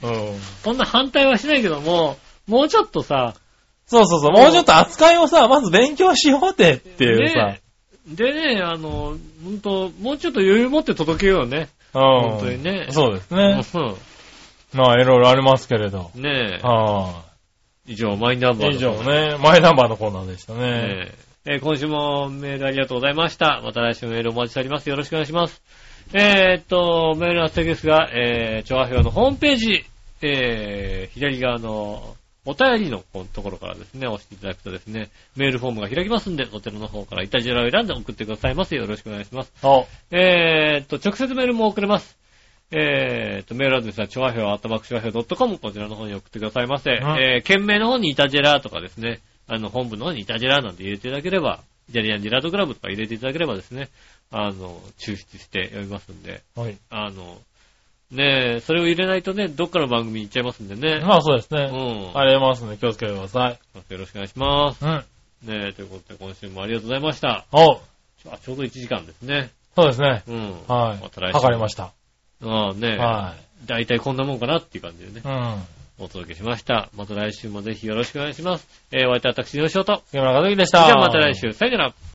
Speaker 2: うん。
Speaker 3: うん
Speaker 2: そんな反対はしないけども、もうちょっとさ、
Speaker 3: そうそうそう。もうちょっと扱いをさ、まず勉強しようってっていうさ
Speaker 2: ね。でね、あの、ほんと、もうちょっと余裕持って届けようね。
Speaker 3: うん。
Speaker 2: 本当にね
Speaker 3: そうですね。
Speaker 2: う
Speaker 3: まあ、いろいろありますけれど。
Speaker 2: ん。ねえ。
Speaker 3: は
Speaker 2: 以上、マイナンバー
Speaker 3: い。
Speaker 2: の
Speaker 3: 以上。ね。マイナンバーのコーナーでしたね。
Speaker 2: ねええー今週もメールありがとうございました。また来週メールお待ちしております。よろしくお願いします。えー、っと、メールの宛先ですが、えー、調和表のホームページ、えー、左側のお便りのところからですね、押していただくとですね、メールフォームが開きますんで、こちらの方からイタジェラを選んで送ってくださいませ。よろしくお願いします。
Speaker 3: お、
Speaker 2: えーっと、直接メールも送れます。えーっと、メールアドレスは、ちょわひょう、あったまくちょわひょう .com、こちらの方に送ってくださいませ。
Speaker 3: ん
Speaker 2: えー、件名の方にイタジェラーとかですね、あの、本部の方にイタジェラーなんて入れていただければ、イタリアンジェラートクラブとか入れていただければですね、あの、抽出して読みますんで、
Speaker 3: はい。
Speaker 2: あの、ねえ、それを入れないとね、どっかの番組に行っちゃいますんでね。
Speaker 3: まあそうです
Speaker 2: う
Speaker 3: ね。
Speaker 2: ん。
Speaker 3: ありますね。気をつけてください。
Speaker 2: よろしくお願いします。
Speaker 3: うん。
Speaker 2: ねえ、ということで今週もありがとうございました。
Speaker 3: お、
Speaker 2: あ、ちょうど1時間ですね。
Speaker 3: そうですね。
Speaker 2: うん。
Speaker 3: は
Speaker 2: また来
Speaker 3: い。
Speaker 2: 週。
Speaker 3: 測りました。
Speaker 2: ああねえ。
Speaker 3: は
Speaker 2: 大体こんなもんかなっていう感じでね
Speaker 3: い。、うん。
Speaker 2: お届けしました。また来週もぜひよろしくお願いします。えー、お相手は私、吉尾と。
Speaker 3: 杉村和之でした。
Speaker 2: じゃあまた来。週。さよなら。